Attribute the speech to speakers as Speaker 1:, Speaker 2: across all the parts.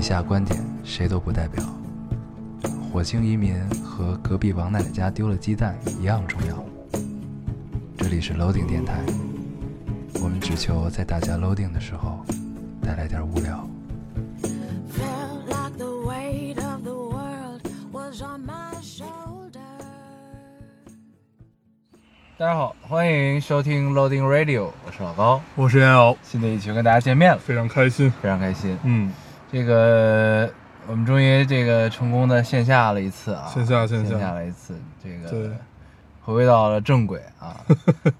Speaker 1: 下观点谁都不代表。火星移民和隔壁王奶奶家丢了鸡蛋一样重要。这里是 Loading 电台，我们只求在大家 Loading 的时候带来点无聊。
Speaker 2: Felt like the weight of the world was on my shoulders.
Speaker 3: 大家好，欢迎收听 Loading Radio，我是老高。
Speaker 4: 我是烟友，
Speaker 3: 新的一期又跟大家见面了，
Speaker 4: 非常开心。
Speaker 3: 非常开心。
Speaker 4: 嗯，
Speaker 3: 这个我们终于这个成功的线下了一次啊，
Speaker 4: 线下
Speaker 3: 线
Speaker 4: 线下
Speaker 3: 了一次，这
Speaker 4: 对
Speaker 3: 个回归到了正轨 啊。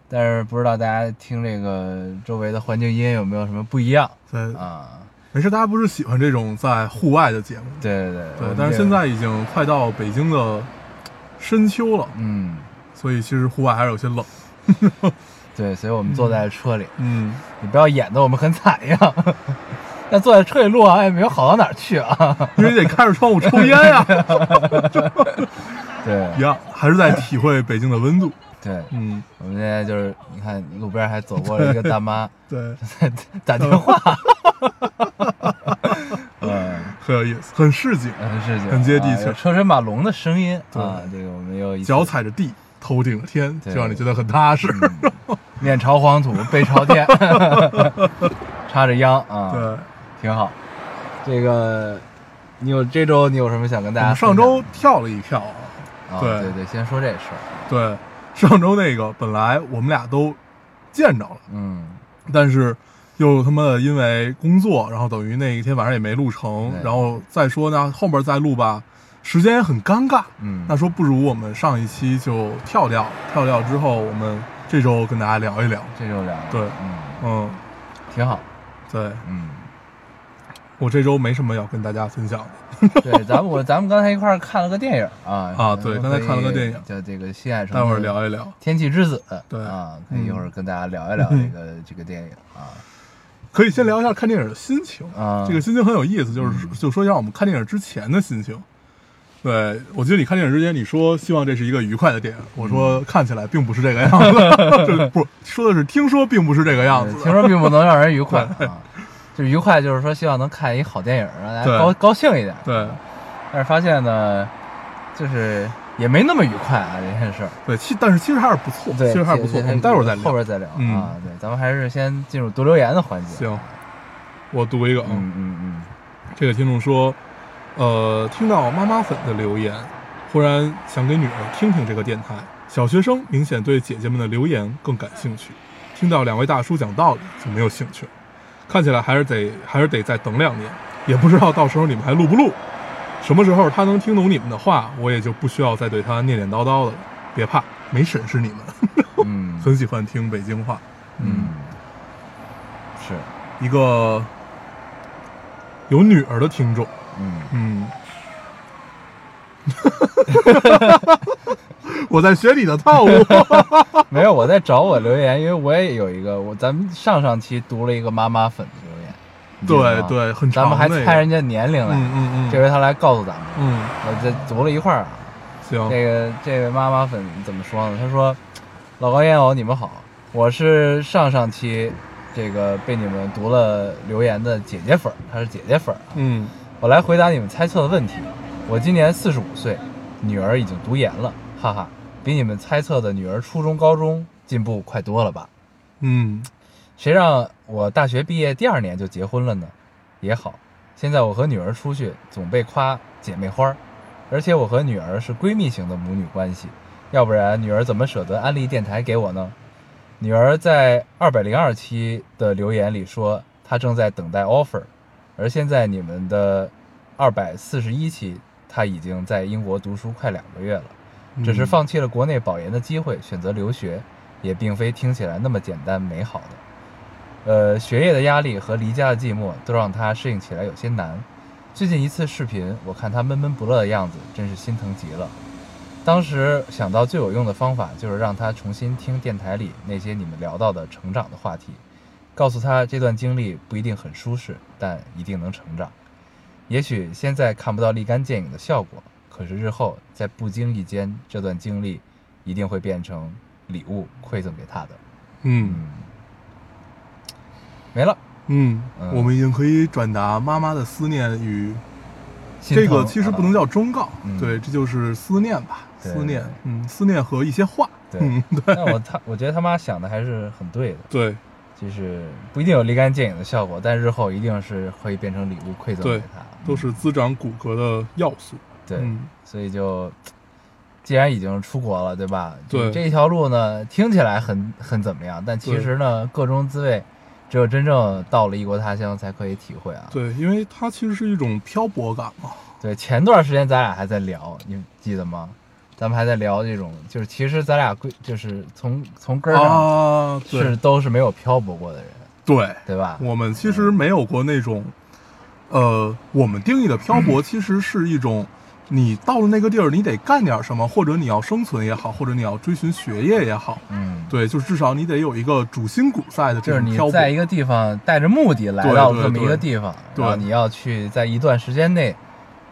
Speaker 3: 但是不知道大家听这个周围的环境音有没有什么不一样
Speaker 4: 对，
Speaker 3: 啊？
Speaker 4: 没事，大家不是喜欢这种在户外的节目？
Speaker 3: 对对嗯对，我
Speaker 4: 对
Speaker 3: 们，
Speaker 4: 但是
Speaker 3: 这
Speaker 4: 现
Speaker 3: 个
Speaker 4: 在已经快到北京的深秋了，
Speaker 3: 嗯。
Speaker 4: 所以其实户外还是有些冷。
Speaker 3: 对，所以我们坐在车里，
Speaker 4: 嗯，
Speaker 3: 你不要演的我们很惨一样。 但坐在车里录啊，也没有好到哪儿去 啊。
Speaker 4: 因为得开着窗户抽烟呀、
Speaker 3: 对
Speaker 4: 一样，还是在体会北京的温度。
Speaker 3: 对，
Speaker 4: 嗯，
Speaker 3: 我们现在就是，你看路边还走过了一个大妈
Speaker 4: 对，
Speaker 3: 在打电话，嗯，
Speaker 4: 很有意思，很市井，
Speaker 3: 很事情，
Speaker 4: 很接地气
Speaker 3: 啊有车水马龙的声音
Speaker 4: 对
Speaker 3: 啊，这个我们又一次
Speaker 4: 脚踩着地，头顶着天，
Speaker 3: 对
Speaker 4: 就让你觉得很踏实。
Speaker 3: 嗯面朝黄土背朝天， 插着秧 啊，
Speaker 4: 对，，
Speaker 3: 挺好。这个你有这周你有什么想跟大
Speaker 4: 我
Speaker 3: 家
Speaker 4: 们
Speaker 3: 分享
Speaker 4: 上
Speaker 3: 的？
Speaker 4: 周跳了一跳啊，
Speaker 3: 啊，
Speaker 4: 对
Speaker 3: 对对，先说这事儿，
Speaker 4: 对，上周那个本来我们俩都见着了。
Speaker 3: 嗯，
Speaker 4: 但是又他妈的因为工作，然后等于那一天晚上也没录成
Speaker 3: 对，
Speaker 4: 然后再说呢，后面再录吧，时间也很尴尬。
Speaker 3: 嗯
Speaker 4: 那说不如我们上一期就跳掉，跳掉之后我们这周跟大家聊一聊。
Speaker 3: 这周聊，
Speaker 4: 对
Speaker 3: 嗯，
Speaker 4: 嗯，
Speaker 3: 挺好，
Speaker 4: 对
Speaker 3: 嗯，
Speaker 4: 我这周没什么要跟大家分享的。
Speaker 3: 对，咱们我咱们刚才一块儿看了个电影啊
Speaker 4: 啊对刚才看了个电影
Speaker 3: 叫这个《新海诚》，
Speaker 4: 待会儿聊一聊，
Speaker 3: 天气之子》
Speaker 4: 对
Speaker 3: 啊，可
Speaker 4: 嗯
Speaker 3: 以一会儿跟大家聊一聊 这个这个电影啊，
Speaker 4: 可以先聊一下看电影的心情
Speaker 3: 啊
Speaker 4: 这个心情很有意思，就是就说一下我们看电影之前的心情。对，我记得你看电影之前，你说希望这是一个愉快的电影，我说看起来并不是这个样 子，就是不说的是听说并不是这个样子
Speaker 3: 呃听
Speaker 4: 的。
Speaker 3: 说并不能让人愉快啊，就愉快就是说希望能看一好电影，让大家
Speaker 4: 对
Speaker 3: 高高兴一点，
Speaker 4: 对
Speaker 3: 但是发现呢，就是也没那么愉快啊这件事儿，
Speaker 4: 对，其但是其实还是不错，
Speaker 3: 对，
Speaker 4: 其实还是不错。
Speaker 3: 这
Speaker 4: 我
Speaker 3: 这
Speaker 4: 们待会儿再聊。
Speaker 3: 后边再聊
Speaker 4: 嗯
Speaker 3: 啊，对，咱们还是先进入读留言的环节，
Speaker 4: 行，我读一个啊，
Speaker 3: 嗯嗯
Speaker 4: 这个听众说，呃，听到妈妈粉的留言，忽然想给女儿听听这个电台。小学生明显对姐姐们的留言更感兴趣，听到两位大叔讲道理就没有兴趣了。看起来还是得 还是得再等两年，也不知道到时候你们还录不录。什么时候他能听懂你们的话，我也就不需要再对他念念叨叨的了。别怕，没审视你们。
Speaker 3: 嗯嗯，
Speaker 4: 很喜欢听北京话，
Speaker 3: 嗯，是，
Speaker 4: 一个有女儿的听众，
Speaker 3: 嗯，
Speaker 4: 嗯， 我在学你的套路。
Speaker 3: 没有，我在找我留言，因为我也有一个，我咱们上上期读了一个妈妈粉的留言，你记得
Speaker 4: 对
Speaker 3: 吗，
Speaker 4: 对，很
Speaker 3: 咱
Speaker 4: 长
Speaker 3: 们还
Speaker 4: 那个
Speaker 3: 猜人家年龄来，
Speaker 4: 嗯嗯嗯，
Speaker 3: 这回他来告诉咱们，
Speaker 4: 嗯
Speaker 3: 我这读了一块儿啊，
Speaker 4: 行，
Speaker 3: 这个这位妈妈粉怎么说呢？她说：“老高烟偶，你们好，我是上上期这个被你们读了留言的姐姐粉儿，她是姐姐粉儿啊。
Speaker 4: 嗯
Speaker 3: 我来回答你们猜测的问题。我今年四十五岁，女儿已经读研了，哈哈，比你们猜测的女儿初中、高中进步快多了吧？
Speaker 4: 嗯，
Speaker 3: 谁让我大学毕业第二年就结婚了呢？也好，现在我和女儿出去总被夸姐妹花，儿，而且我和女儿是闺蜜型的母女关系，要不然女儿怎么舍得安利电台给我呢？女儿在二百零二期的留言里说，她正在等待 offer，而现在你们的二百四十一期，她已经在英国读书快两个月了。只
Speaker 4: 嗯
Speaker 3: 是放弃了国内保研的机会，选择留学，也并非听起来那么简单美好的。呃，学业的压力和离家的寂寞都让他适应起来有些难。最近一次视频，我看他闷闷不乐的样子，真是心疼极了。当时想到最有用的方法，就是让他重新听电台里那些你们聊到的成长的话题，告诉他这段经历不一定很舒适，但一定能成长。也许现在看不到立竿见影的效果，可是日后在不经意间，这段经历一定会变成嗯礼物馈赠给他的。
Speaker 4: 嗯，
Speaker 3: 没了，
Speaker 4: 嗯，
Speaker 3: 嗯
Speaker 4: 我们已经可以转达妈妈的思念与
Speaker 3: 心
Speaker 4: 这个，
Speaker 3: 疼
Speaker 4: 其实
Speaker 3: 啊
Speaker 4: 不能叫忠告，
Speaker 3: 嗯
Speaker 4: 对，这就是思念吧，
Speaker 3: 对
Speaker 4: 思念
Speaker 3: 对，
Speaker 4: 嗯，思念和一些话，
Speaker 3: 对
Speaker 4: 嗯，对，
Speaker 3: 但我他我觉得他妈想的还是很对的，
Speaker 4: 对，
Speaker 3: 就是不一定有立竿见影的效果，但日后一定是会变成礼物馈赠
Speaker 4: 对
Speaker 3: 给他，嗯
Speaker 4: 都是滋长骨骼的要素，
Speaker 3: 对，
Speaker 4: 嗯
Speaker 3: 所以就既然已经出国了，对吧？就
Speaker 4: 对
Speaker 3: 这一条路呢，听起来很很怎么样，但其
Speaker 4: 对
Speaker 3: 实呢，各中滋味，只有真正到了异国他乡才可以体会啊。
Speaker 4: 对，因为它其实是一种漂泊感嘛，
Speaker 3: 对，前段时间咱俩还在聊，你记得吗？咱们还在聊这种，就是其实咱俩归就是从从根儿上
Speaker 4: 啊，
Speaker 3: 是、
Speaker 4: 对
Speaker 3: 都是没有漂泊过的人，
Speaker 4: 对，
Speaker 3: 对吧？
Speaker 4: 我们其实没有过那种，呃，我们定义的漂泊其实是一种，你到了那个地儿，你得干点什么，或者你要生存也好，或者你要追寻学业也好，
Speaker 3: 嗯，
Speaker 4: 对，就是至少你得有一个主心骨在的
Speaker 3: 就
Speaker 4: 这
Speaker 3: 是
Speaker 4: 种
Speaker 3: 你
Speaker 4: 漂泊。
Speaker 3: 在一个地方带着目的来
Speaker 4: 对
Speaker 3: 到
Speaker 4: 对
Speaker 3: 这么一个
Speaker 4: 对
Speaker 3: 地方，
Speaker 4: 对
Speaker 3: 然后你要去在一段时间内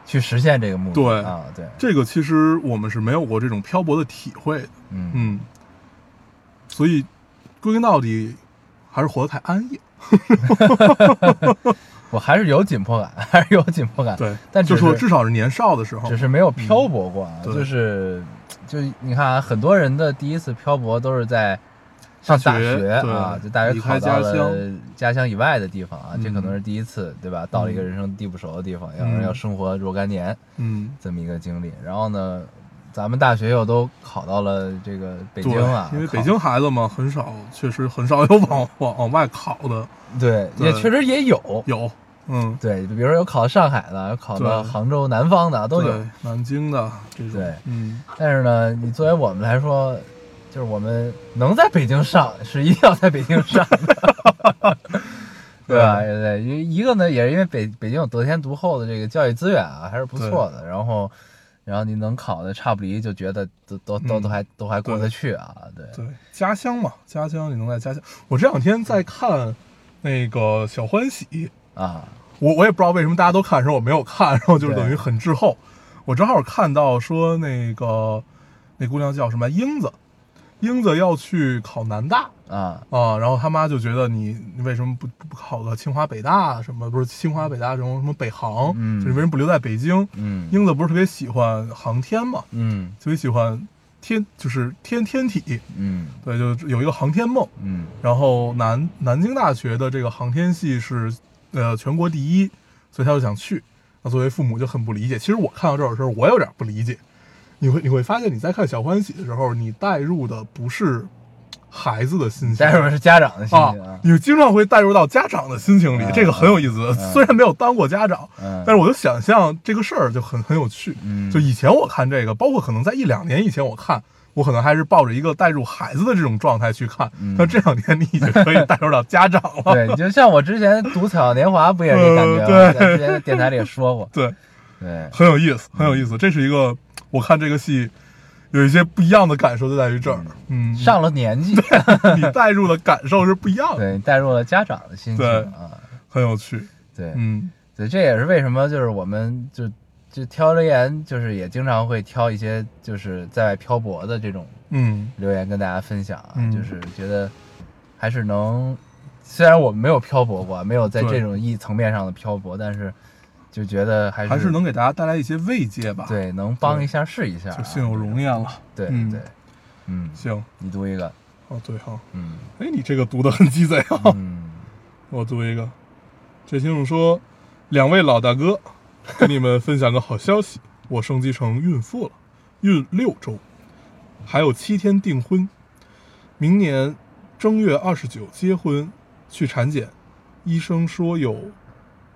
Speaker 3: 去实现这个目的。
Speaker 4: 对
Speaker 3: 啊，对，
Speaker 4: 这个其实我们是没有过这种漂泊的体会的，
Speaker 3: 嗯
Speaker 4: 嗯，所以归根到底还是活得太安逸。
Speaker 3: 我还是有紧迫感， 还是有紧迫感。，
Speaker 4: 对，
Speaker 3: 但
Speaker 4: 就
Speaker 3: 只
Speaker 4: 说
Speaker 3: 是
Speaker 4: 至少是年少的时候
Speaker 3: 只，是没有漂泊过啊。
Speaker 4: 嗯对
Speaker 3: 就是，就你看啊，很多人的第一次漂泊都是在上大
Speaker 4: 学
Speaker 3: 学啊，
Speaker 4: 对
Speaker 3: 就大学
Speaker 4: 离
Speaker 3: 考
Speaker 4: 开
Speaker 3: 到
Speaker 4: 家
Speaker 3: 了
Speaker 4: 乡
Speaker 3: 家乡以外的地方啊，这可
Speaker 4: 嗯
Speaker 3: 能是第一次，对吧？到了一个人生地不熟的地方，要
Speaker 4: 嗯
Speaker 3: 要生活若干年
Speaker 4: 嗯，
Speaker 3: 这么一个经历。然后呢，咱们大学又都考到了这个北京
Speaker 4: 对
Speaker 3: 啊，，
Speaker 4: 因为北
Speaker 3: 考
Speaker 4: 京孩子嘛，很少，确实很少有往往往外考的，
Speaker 3: 对也
Speaker 4: 对
Speaker 3: 确实也有。
Speaker 4: 有，嗯，
Speaker 3: 对，比如说有考上海的，有考到
Speaker 4: 对
Speaker 3: 杭州南方的都有
Speaker 4: 对，，南京的这种
Speaker 3: 对，
Speaker 4: 嗯，
Speaker 3: 但是呢，你作为我们来说，就是我们能在北京上，是一定要在北京上 的，对吧？对，因为一个呢，也是因为北北京有得天独厚的这个教育资源啊，还是不错的。然后，然后你能考的差不离，就觉得都都都
Speaker 4: 嗯
Speaker 3: 都还都还过得
Speaker 4: 对
Speaker 3: 去啊，对。
Speaker 4: 对，家乡嘛，家乡你能在家乡。我这两天在看那个《小欢喜》，
Speaker 3: 啊，
Speaker 4: 我我也不知道为什么大家都看的时候我没有看，然后就是
Speaker 3: 对
Speaker 4: 等于很滞后。我正好看到说那个那姑娘叫什么英子，英子要去考南大
Speaker 3: 啊，
Speaker 4: 啊，然后她妈就觉得你你为什么不不考个清华北大什么？不是清华北大什么什么北航，
Speaker 3: 嗯
Speaker 4: 就是为什么不留在北京？
Speaker 3: 嗯
Speaker 4: 英子不是特别喜欢航天嘛，
Speaker 3: 嗯
Speaker 4: 特别喜欢天就是天天体，
Speaker 3: 嗯
Speaker 4: 对，就有一个航天梦。
Speaker 3: 嗯
Speaker 4: 然后南南京大学的这个航天系是呃全国第一，所以他就想去。那作为父母就很不理解。其实我看到这儿的时候，我有点不理解。你会你会发现，你在看《小欢喜》的时候，你带入的不是孩子的心
Speaker 3: 嗯，
Speaker 4: 情
Speaker 3: 待会儿是家长的心
Speaker 4: 啊
Speaker 3: 情啊，，
Speaker 4: 你经常会带入到家长的心情里
Speaker 3: 嗯，
Speaker 4: 这个很有意思。
Speaker 3: 嗯
Speaker 4: 虽然没有当过家长，
Speaker 3: 嗯，
Speaker 4: 但是我就想象这个事儿就很很有趣。
Speaker 3: 嗯
Speaker 4: 就以前我看这个，包括可能在一两年以前我看，我可能还是抱着一个带入孩子的这种状态去看
Speaker 3: 嗯。
Speaker 4: 但这两年你已经可以带入到家长了。
Speaker 3: 对，就像我之前读《草样年华》，不也是这感觉吗？
Speaker 4: 呃 对
Speaker 3: 在之前在电台里也说过，
Speaker 4: 对，
Speaker 3: 对，
Speaker 4: 很有意思，很有意思。这是一个我看这个戏有一些不一样的感受，就在于这儿。嗯，
Speaker 3: 上了年 纪，
Speaker 4: 你带入的感受是不一样的，
Speaker 3: 对，带入了家长的心情
Speaker 4: 对
Speaker 3: 啊，
Speaker 4: 很有趣。
Speaker 3: 对，
Speaker 4: 嗯，
Speaker 3: 对，这也是为什么就是我们就就挑留言，就是也经常会挑一些就是在外漂泊的这种
Speaker 4: 嗯，
Speaker 3: 留言跟大家分享啊，
Speaker 4: 嗯
Speaker 3: 就是觉得还是能，虽然我们没有漂泊过，没有在
Speaker 4: 对
Speaker 3: 这种一层面上的漂泊，但是就觉得还是
Speaker 4: 还是能给大家带来一些慰藉吧。，
Speaker 3: 对能帮一下是一下啊，
Speaker 4: 就幸有容焉了。
Speaker 3: 对
Speaker 4: 嗯
Speaker 3: 对，嗯，
Speaker 4: 行，
Speaker 3: 你读一个，
Speaker 4: 哦对哈、
Speaker 3: 嗯
Speaker 4: 哎，你这个读的很鸡贼啊。
Speaker 3: 嗯，
Speaker 4: 我读一个，这听众说：“两位老大哥，跟你们分享个好消息，我升级成孕妇了，孕六周，还有七天订婚，明年正月二十九结婚，去产检，医生说有，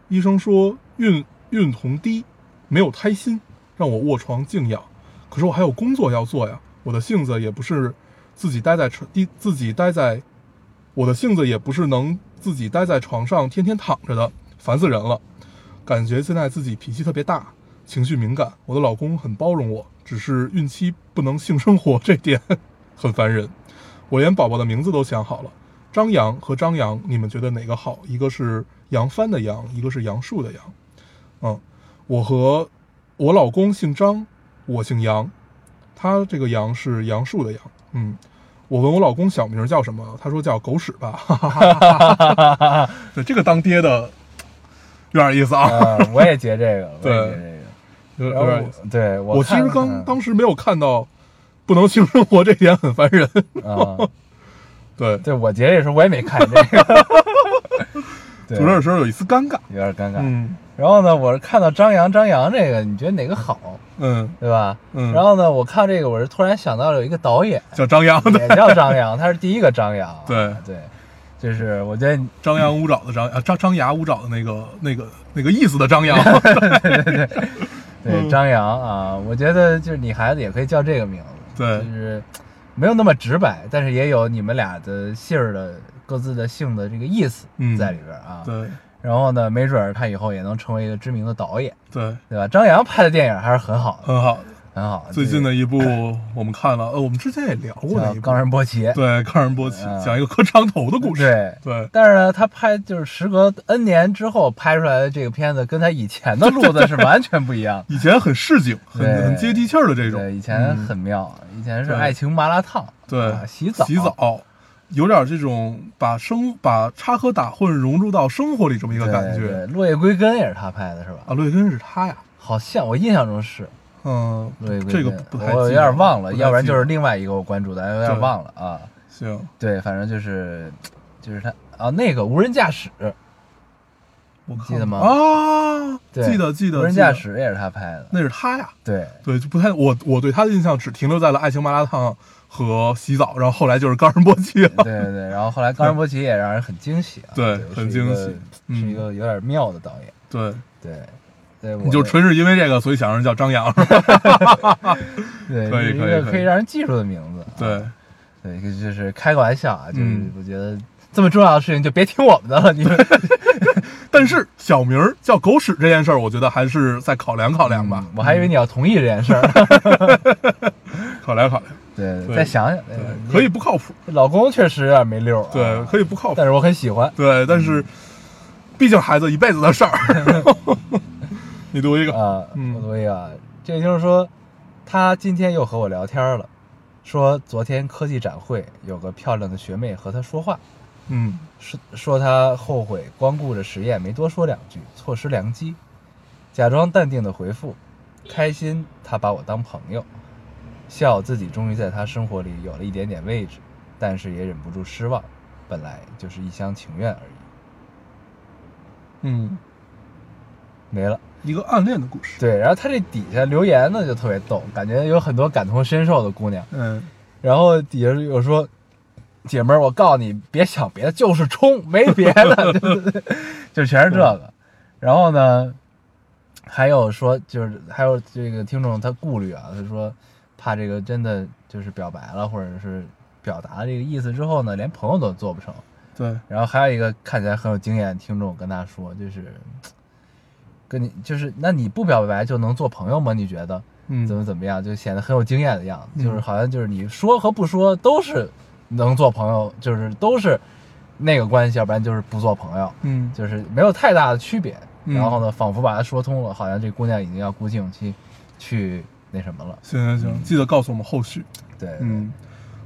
Speaker 4: 医生说孕孕酮低，没有胎心，让我卧床静养。可是我还有工作要做呀，我的性子也不是自己待在床，自己待在我的性子也不是能自己待在床上天天躺着的，烦死人了。感觉现在自己脾气特别大，情绪敏感，我的老公很包容我，只是孕期不能性生活这点 很烦人。我连宝宝的名字都想好了，张扬和张扬，你们觉得哪个好？一个是扬帆的扬，一个是杨树的杨。嗯，我和我老公姓张，我姓杨，他这个杨是杨树的杨。嗯，我问我老公小名叫什么，他说叫狗屎吧。 哈哈哈哈哈哈对，这个当爹的有点意思啊，
Speaker 3: 啊，我也截这个，我也截这个。
Speaker 4: 有
Speaker 3: 然后
Speaker 4: 有点意
Speaker 3: 我
Speaker 4: 思。
Speaker 3: 对我
Speaker 4: 我其实
Speaker 3: 看
Speaker 4: 刚当时没有看到不能性生活这点很烦人。
Speaker 3: 嗯啊，
Speaker 4: 对，
Speaker 3: 对我截这时候我也没看这 个，对，
Speaker 4: 主要的时候有一丝尴尬。
Speaker 3: 有点尴尬。
Speaker 4: 嗯
Speaker 3: 然后呢，我是看到张扬张扬这个，你觉得哪个好，
Speaker 4: 嗯
Speaker 3: 对吧？
Speaker 4: 嗯，
Speaker 3: 然后呢，我看这个，我是突然想到了有一个导 演，
Speaker 4: 叫张扬，对，
Speaker 3: 也叫张扬，他是第一个张扬啊。
Speaker 4: 对
Speaker 3: 对，就是我觉得你
Speaker 4: 张扬舞爪的张啊，张张牙舞爪的那个那个那个意思的张扬。
Speaker 3: 对
Speaker 4: 嗯
Speaker 3: 张扬啊，我觉得就是你孩子也可以叫这个名字，
Speaker 4: 对
Speaker 3: 就是没有那么直白，但是也有你们俩的姓儿的各自的姓的这个意思
Speaker 4: 嗯
Speaker 3: 在里边儿啊。
Speaker 4: 对
Speaker 3: 然后呢，没准儿他以后也能成为一个知名的导演，
Speaker 4: 对，
Speaker 3: 对吧？张扬拍的电影还是很好的，
Speaker 4: 很好。
Speaker 3: 很好的。
Speaker 4: 最近
Speaker 3: 的
Speaker 4: 的一部我们看了，呃，我们之前也聊过那
Speaker 3: 叫
Speaker 4: 一
Speaker 3: 《
Speaker 4: 部
Speaker 3: 冈，仁波齐》，
Speaker 4: 对，冈仁波齐
Speaker 3: 嗯
Speaker 4: 讲一个磕长头的故事。
Speaker 3: 对
Speaker 4: 对
Speaker 3: 但是呢，他拍就是时隔 N 年之后拍出来的这个片子，跟他以前的路子是完全不一样
Speaker 4: 以前很市井，很
Speaker 3: 对
Speaker 4: 很接地气儿的 这
Speaker 3: 的。
Speaker 4: 种。嗯
Speaker 3: 对，以前很妙，以前是
Speaker 4: 对
Speaker 3: 爱情麻辣烫，
Speaker 4: 对
Speaker 3: 啊，洗澡，
Speaker 4: 洗，澡，有点这种把生把插科打诨融入到生活里这么一
Speaker 3: 对
Speaker 4: 个感
Speaker 3: 对
Speaker 4: 觉。
Speaker 3: 落叶归根也是他拍的，是吧？
Speaker 4: 啊，瑞根是他呀，
Speaker 3: 好像我印象中是
Speaker 4: 嗯
Speaker 3: 落叶，归根，
Speaker 4: 这个不不太
Speaker 3: 我有
Speaker 4: 记得
Speaker 3: 点忘了，
Speaker 4: 不太
Speaker 3: 要不然
Speaker 4: 记
Speaker 3: 就
Speaker 4: 得
Speaker 3: 是另外一个我关注的，有点
Speaker 4: 对
Speaker 3: 忘了啊。
Speaker 4: 行，
Speaker 3: 对，反正就是就是他啊，那个无人驾驶，
Speaker 4: 我看
Speaker 3: 记得吗
Speaker 4: 啊，
Speaker 3: 对，
Speaker 4: 记得记得，
Speaker 3: 无人
Speaker 4: 记
Speaker 3: 驾
Speaker 4: 得
Speaker 3: 驶也是他拍的，
Speaker 4: 那是他呀。
Speaker 3: 对
Speaker 4: 对，就不太我我对他的印象只停留在了《爱情麻辣烫》和洗澡，然后后来就是冈仁波齐了。
Speaker 3: 对对对。然后后来冈仁波齐也让人很惊喜啊，
Speaker 4: 对
Speaker 3: 是
Speaker 4: 很
Speaker 3: 一个
Speaker 4: 惊喜
Speaker 3: 是一
Speaker 4: 嗯
Speaker 3: 个有点妙的导演，
Speaker 4: 对，
Speaker 3: 对。对，我
Speaker 4: 你就
Speaker 3: 的
Speaker 4: 纯是因为这个，所以想让人叫 张扬是吧？
Speaker 3: 对，
Speaker 4: 可以
Speaker 3: 是一
Speaker 4: 可以
Speaker 3: 个
Speaker 4: 可以
Speaker 3: 可以让人记住的名字啊。
Speaker 4: 对，
Speaker 3: 对，就就是开个玩笑啊，就是
Speaker 4: 嗯
Speaker 3: 我觉得这么重要的事情就别听我们的了，你们
Speaker 4: 但是小名儿叫狗屎这件事儿，我觉得还是再考量考量吧，
Speaker 3: 嗯我还以为你要同意这件事儿。
Speaker 4: 考量考量。
Speaker 3: 对，
Speaker 4: 对
Speaker 3: 再想想，
Speaker 4: 对
Speaker 3: 哎，
Speaker 4: 可以。不靠谱，
Speaker 3: 这老公确实有点没溜儿啊，
Speaker 4: 对，可以不靠谱
Speaker 3: 但，是我很喜欢
Speaker 4: 对，但嗯是毕竟孩子一辈子的事儿。 你读一个，
Speaker 3: 啊。
Speaker 4: 嗯
Speaker 3: 我读一个啊，这也就是说，他今天又和我聊天了，说昨天科技展会有个漂亮的学妹和他说话，
Speaker 4: 嗯
Speaker 3: 说说他后悔光顾着实验没多说两句，错失良机，假装淡定的回复，开心他把我当朋友，笑自己终于在他生活里有了一点点位置，但是也忍不住失望，本来就是一厢情愿而已，
Speaker 4: 嗯，
Speaker 3: 没了。
Speaker 4: 一个暗恋的故事。
Speaker 3: 对，然后他这底下留言呢就特别逗，感觉有很多感同身受的姑娘，
Speaker 4: 嗯，
Speaker 3: 然后底下有说。姐们儿，我告诉你，别想别的，就是冲，没别的， 就是就全是这个。然后呢，还有说，就是还有这个听众他顾虑啊，他说怕这个真的就是表白了，或者是表达这个意思之后呢，连朋友都做不成。
Speaker 4: 对，
Speaker 3: 然后还有一个看起来很有经验的听众跟他说，就是跟你就是，那你不表白就能做朋友吗？你觉得？
Speaker 4: 嗯，
Speaker 3: 怎么怎么样，就显得很有经验的样子，
Speaker 4: 嗯
Speaker 3: 就是好像就是你说和不说都是能做朋友，就是都是那个关系，要不然就是不做朋友，
Speaker 4: 嗯，
Speaker 3: 就是没有太大的区别。
Speaker 4: 嗯
Speaker 3: 然后呢，仿佛把它说通了，好像这姑娘已经要鼓起勇气去那什么了。
Speaker 4: 行行行，记得告诉我们后续。
Speaker 3: 对，
Speaker 4: 嗯，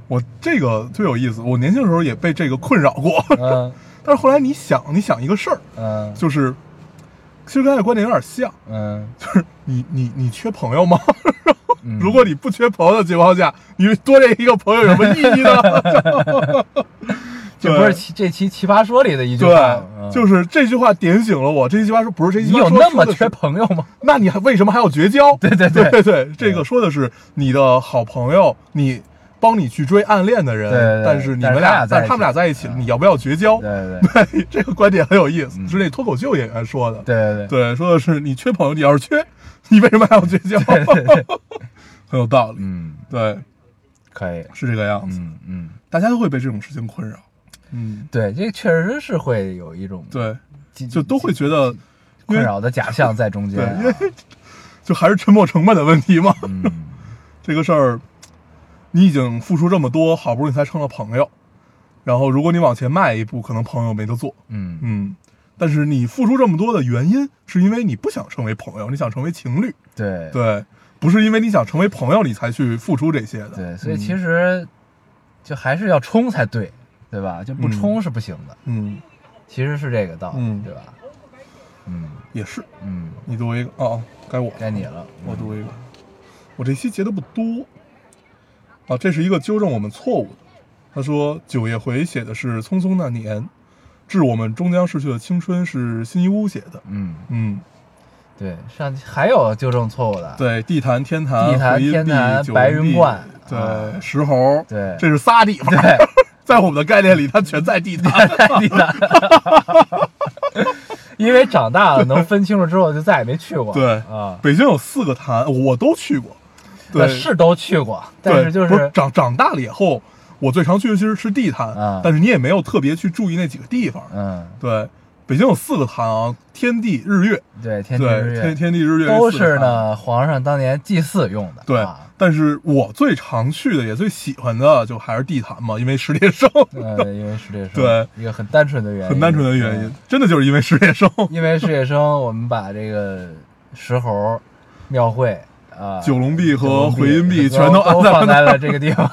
Speaker 4: 我这个特有意思，我年轻的时候也被这个困扰过，
Speaker 3: 嗯
Speaker 4: 但是后来你想，你想一个事儿，
Speaker 3: 嗯
Speaker 4: 就是其实跟他的观点有点像，
Speaker 3: 嗯
Speaker 4: 就是你你你缺朋友吗？
Speaker 3: 嗯，
Speaker 4: 如果你不缺朋友的情况下，你多这一个朋友有什么意义 呢？
Speaker 3: 这不是
Speaker 4: 对
Speaker 3: 奇这期《奇葩说》里的一句话吗，
Speaker 4: 对，就是嗯这句话点醒了我。这句话说不是这
Speaker 3: 嗯
Speaker 4: 句
Speaker 3: 你
Speaker 4: 话
Speaker 3: 有
Speaker 4: 说
Speaker 3: 那么
Speaker 4: 说的是
Speaker 3: 缺朋友吗？
Speaker 4: 那你还为什么还要绝交？ 对
Speaker 3: 对对
Speaker 4: 对嗯这个说的是你的好朋友，你帮你去追暗恋的人，
Speaker 3: 对对对
Speaker 4: 但是你
Speaker 3: 但是
Speaker 4: 们
Speaker 3: 他俩在
Speaker 4: 俩，
Speaker 3: 一起
Speaker 4: 但是他们俩在一起，
Speaker 3: 嗯
Speaker 4: 你要不要绝交
Speaker 3: 对？对
Speaker 4: 对， 这个观点很有意思
Speaker 3: 嗯，
Speaker 4: 是那脱口秀演员说的。
Speaker 3: 对对对
Speaker 4: 对，说的是你缺朋友，你要是缺，你为什么还要绝交？
Speaker 3: 对对对，
Speaker 4: 很有道理。
Speaker 3: 嗯，
Speaker 4: 对，
Speaker 3: 可以，
Speaker 4: 是这个样子。
Speaker 3: 嗯嗯。
Speaker 4: 大家都会被这种事情困扰。嗯，
Speaker 3: 对，这确实是会有一种
Speaker 4: 对，
Speaker 3: 几
Speaker 4: 就都会觉得，
Speaker 3: 嗯
Speaker 4: 因
Speaker 3: 困
Speaker 4: 为
Speaker 3: 扰的假象在中间、
Speaker 4: 对
Speaker 3: 啊。，
Speaker 4: 因为 就还是沉没成本的问题嘛。
Speaker 3: 嗯，
Speaker 4: 这个事儿，你已经付出这么多，好不容易才成了朋友，然后如果你往前迈一步，可能朋友没得做。
Speaker 3: 嗯
Speaker 4: 嗯，但是你付出这么多的原因，是因为你不想成为朋友，你想成为情侣。
Speaker 3: 对
Speaker 4: 对，不是因为你想成为朋友，你才去付出这些的。
Speaker 3: 对所以
Speaker 4: 嗯
Speaker 3: 其实就还是要冲才对，对吧？就不冲是不行的，
Speaker 4: 嗯，
Speaker 3: 其实是这个道理，
Speaker 4: 嗯
Speaker 3: 对吧？嗯
Speaker 4: 也是。
Speaker 3: 嗯，
Speaker 4: 你读一个哦，该我了
Speaker 3: 该你了，
Speaker 4: 我读一个，我这期截的不多啊，这是一个纠正我们错误的。他说九叶回写的是《匆匆那年》，致我们终将逝去的青春是新一屋写的。
Speaker 3: 嗯，
Speaker 4: 嗯，
Speaker 3: 对，上还有纠正错误的，
Speaker 4: 对，地坛、天坛、
Speaker 3: 地坛
Speaker 4: 回音
Speaker 3: 天坛
Speaker 4: 壁
Speaker 3: 白云观
Speaker 4: 九纹地
Speaker 3: 啊
Speaker 4: 对，石猴，
Speaker 3: 对
Speaker 4: 这是仨地方。
Speaker 3: 对，
Speaker 4: 在我们的概念里，它全在地坛。
Speaker 3: 地坛，因为长大了能分清楚之后，就再也没去过，
Speaker 4: 对
Speaker 3: 啊，
Speaker 4: 北京有四个坛，我都去过。
Speaker 3: 那
Speaker 4: 对，
Speaker 3: 呃是都去过，
Speaker 4: 对，
Speaker 3: 但是就
Speaker 4: 不是
Speaker 3: 是
Speaker 4: 长长大了以后，我最常去的其实是地坛，
Speaker 3: 啊
Speaker 4: 但是你也没有特别去注意那几个地方。
Speaker 3: 嗯，
Speaker 4: 对，北京有四个坛啊，天地日月，
Speaker 3: 对，天地日
Speaker 4: 对，
Speaker 3: 月
Speaker 4: 天天地日月
Speaker 3: 都
Speaker 4: 这四个
Speaker 3: 是
Speaker 4: 坛。
Speaker 3: 呢，皇上当年祭祀用的，
Speaker 4: 对，
Speaker 3: 啊
Speaker 4: 但是我最常去的也最喜欢的就还是地坛嘛，因为石铁生，
Speaker 3: 呃，因为是这生，
Speaker 4: 对，
Speaker 3: 一个很单纯的原因，
Speaker 4: 很单纯的原因
Speaker 3: 嗯。，
Speaker 4: 真的就是因为石 铁生。
Speaker 3: 因为是野生，我们把这个石猴庙会啊，
Speaker 4: 九龙壁和
Speaker 3: 九龙
Speaker 4: 回音壁
Speaker 3: 都
Speaker 4: 全
Speaker 3: 都
Speaker 4: 都安在
Speaker 3: 放在了这个地 方。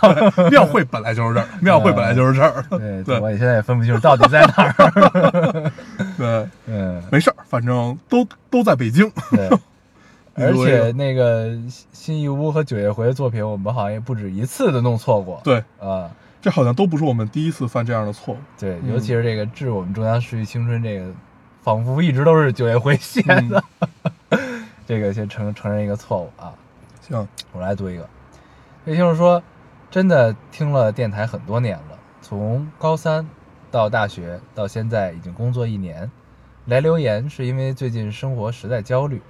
Speaker 4: 庙会本来就是这儿，庙会本来就是这儿。
Speaker 3: 对，
Speaker 4: 对
Speaker 3: 我现在也分不清楚到底在哪儿。
Speaker 4: 对，
Speaker 3: 嗯，
Speaker 4: 没事儿，反正都都在北京。
Speaker 3: 对。
Speaker 4: 你
Speaker 3: 而
Speaker 4: 说一
Speaker 3: 且
Speaker 4: 个
Speaker 3: 那个新新义屋和九月回的作品，我们好像也不止一次的弄错过。
Speaker 4: 对，
Speaker 3: 啊，
Speaker 4: 这好像都不是我们第一次犯这样的错误。
Speaker 3: 对，
Speaker 4: 嗯
Speaker 3: 尤其是这个“致我们中央逝去青春”这个，仿佛一直都是九月回写
Speaker 4: 嗯
Speaker 3: 的。 这个先承承认一个错误啊。
Speaker 4: 行，
Speaker 3: 我来读一个。也就是说，真的听了电台很多年了，从高三到大学到现在已经工作一年。来留言是因为最近生活实在焦虑，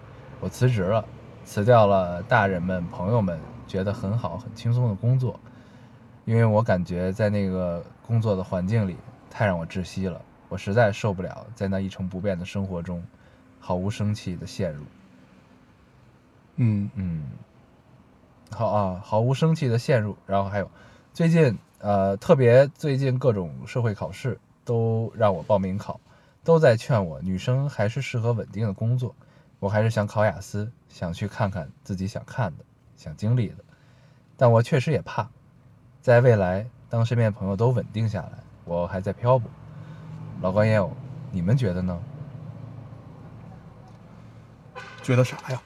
Speaker 3: 我辞职了，辞掉了大人们朋友们觉得很好很轻松的工作，因为我感觉在那个工作的环境里太让我窒息了，我实在受不了在那一成不变的生活中毫无生气的陷入。
Speaker 4: 嗯，
Speaker 3: 嗯，好啊，毫无生气的陷入。然后还有，最近呃，特别最近各种社会考试都让我报名考，都在劝我女生还是适合稳定的工作。我还是想考雅思，想去看看自己想看的、想经历的。但我确实也怕，在未来当身边朋友都稳定下来，我还在漂泊。老高烟友，你们觉得呢？
Speaker 4: 觉得啥呀？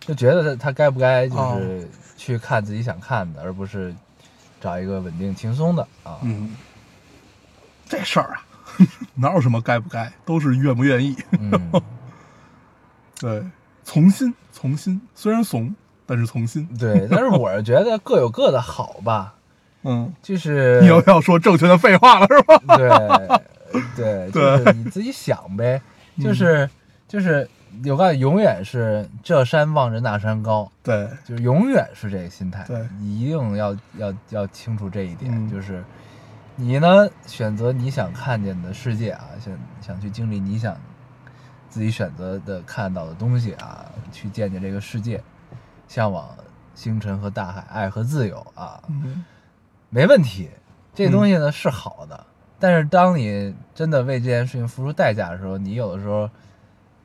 Speaker 3: 就觉得他他该不该就
Speaker 4: 哦
Speaker 3: 是去看自己想看的，而不是找一个稳定轻松的 啊。
Speaker 4: 嗯，这事儿啊， 哪有什么该不该，都是愿不愿意。
Speaker 3: 嗯，
Speaker 4: 对，从心，从心，虽然怂，但是从心。
Speaker 3: 对。但是我是觉得各有各的好吧，
Speaker 4: 嗯，
Speaker 3: 就是
Speaker 4: 你又要说正确的废话了是吧？
Speaker 3: 对对，就是你自己想呗，就是就是有个永远是这山望着那山高，
Speaker 4: 对，
Speaker 3: 就是永远是这个心态。
Speaker 4: 对
Speaker 3: 你一定要要要清楚这一点，
Speaker 4: 嗯
Speaker 3: 就是你呢选择你想看见的世界啊，想想去经历你想自己选择的看到的东西啊，去见见这个世界，向往星辰和大海，爱和自由啊，
Speaker 4: 嗯，
Speaker 3: 没问题。这东西呢、是好的，但是当你真的为这件事情付出代价的时候，你有的时候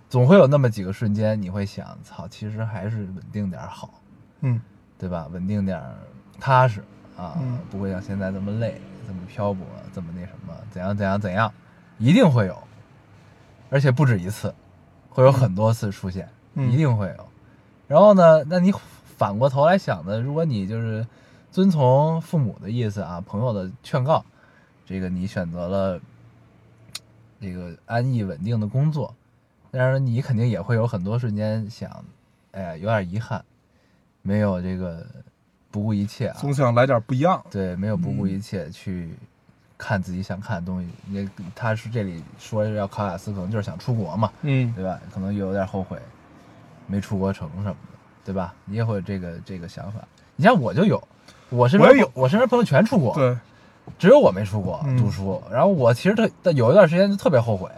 Speaker 3: 总会有那么几个瞬间，你会想，操，其实还是稳定点儿好。
Speaker 4: 嗯，
Speaker 3: 对吧？稳定点儿，踏实啊，
Speaker 4: 嗯
Speaker 3: 不会像现在这么累，这么漂泊，这么那什么，怎样怎样怎样，一定会有，而且不止一次，会有很多次出现，
Speaker 4: 嗯
Speaker 3: 一定会有。然后呢，那你反过头来想呢，如果你就是遵从父母的意思啊，朋友的劝告，这个你选择了这个安逸稳定的工作，但是你肯定也会有很多瞬间想，哎呀，有点遗憾，没有这个不顾一切啊，
Speaker 4: 总想来点不一样。
Speaker 3: 对，没有不
Speaker 4: 嗯
Speaker 3: 顾一切去看自己想看的东西。也他是这里说要考雅思，可能就是想出国嘛，
Speaker 4: 嗯
Speaker 3: 对吧？可能有点后悔没出国成什么的，对吧？你也会有这个这个想法。你像我就有，我身边
Speaker 4: 我也有
Speaker 3: 我身边朋友全出国，
Speaker 4: 对
Speaker 3: 只有我没出国
Speaker 4: 嗯
Speaker 3: 读书。然后我其实特但有一段时间就特别后悔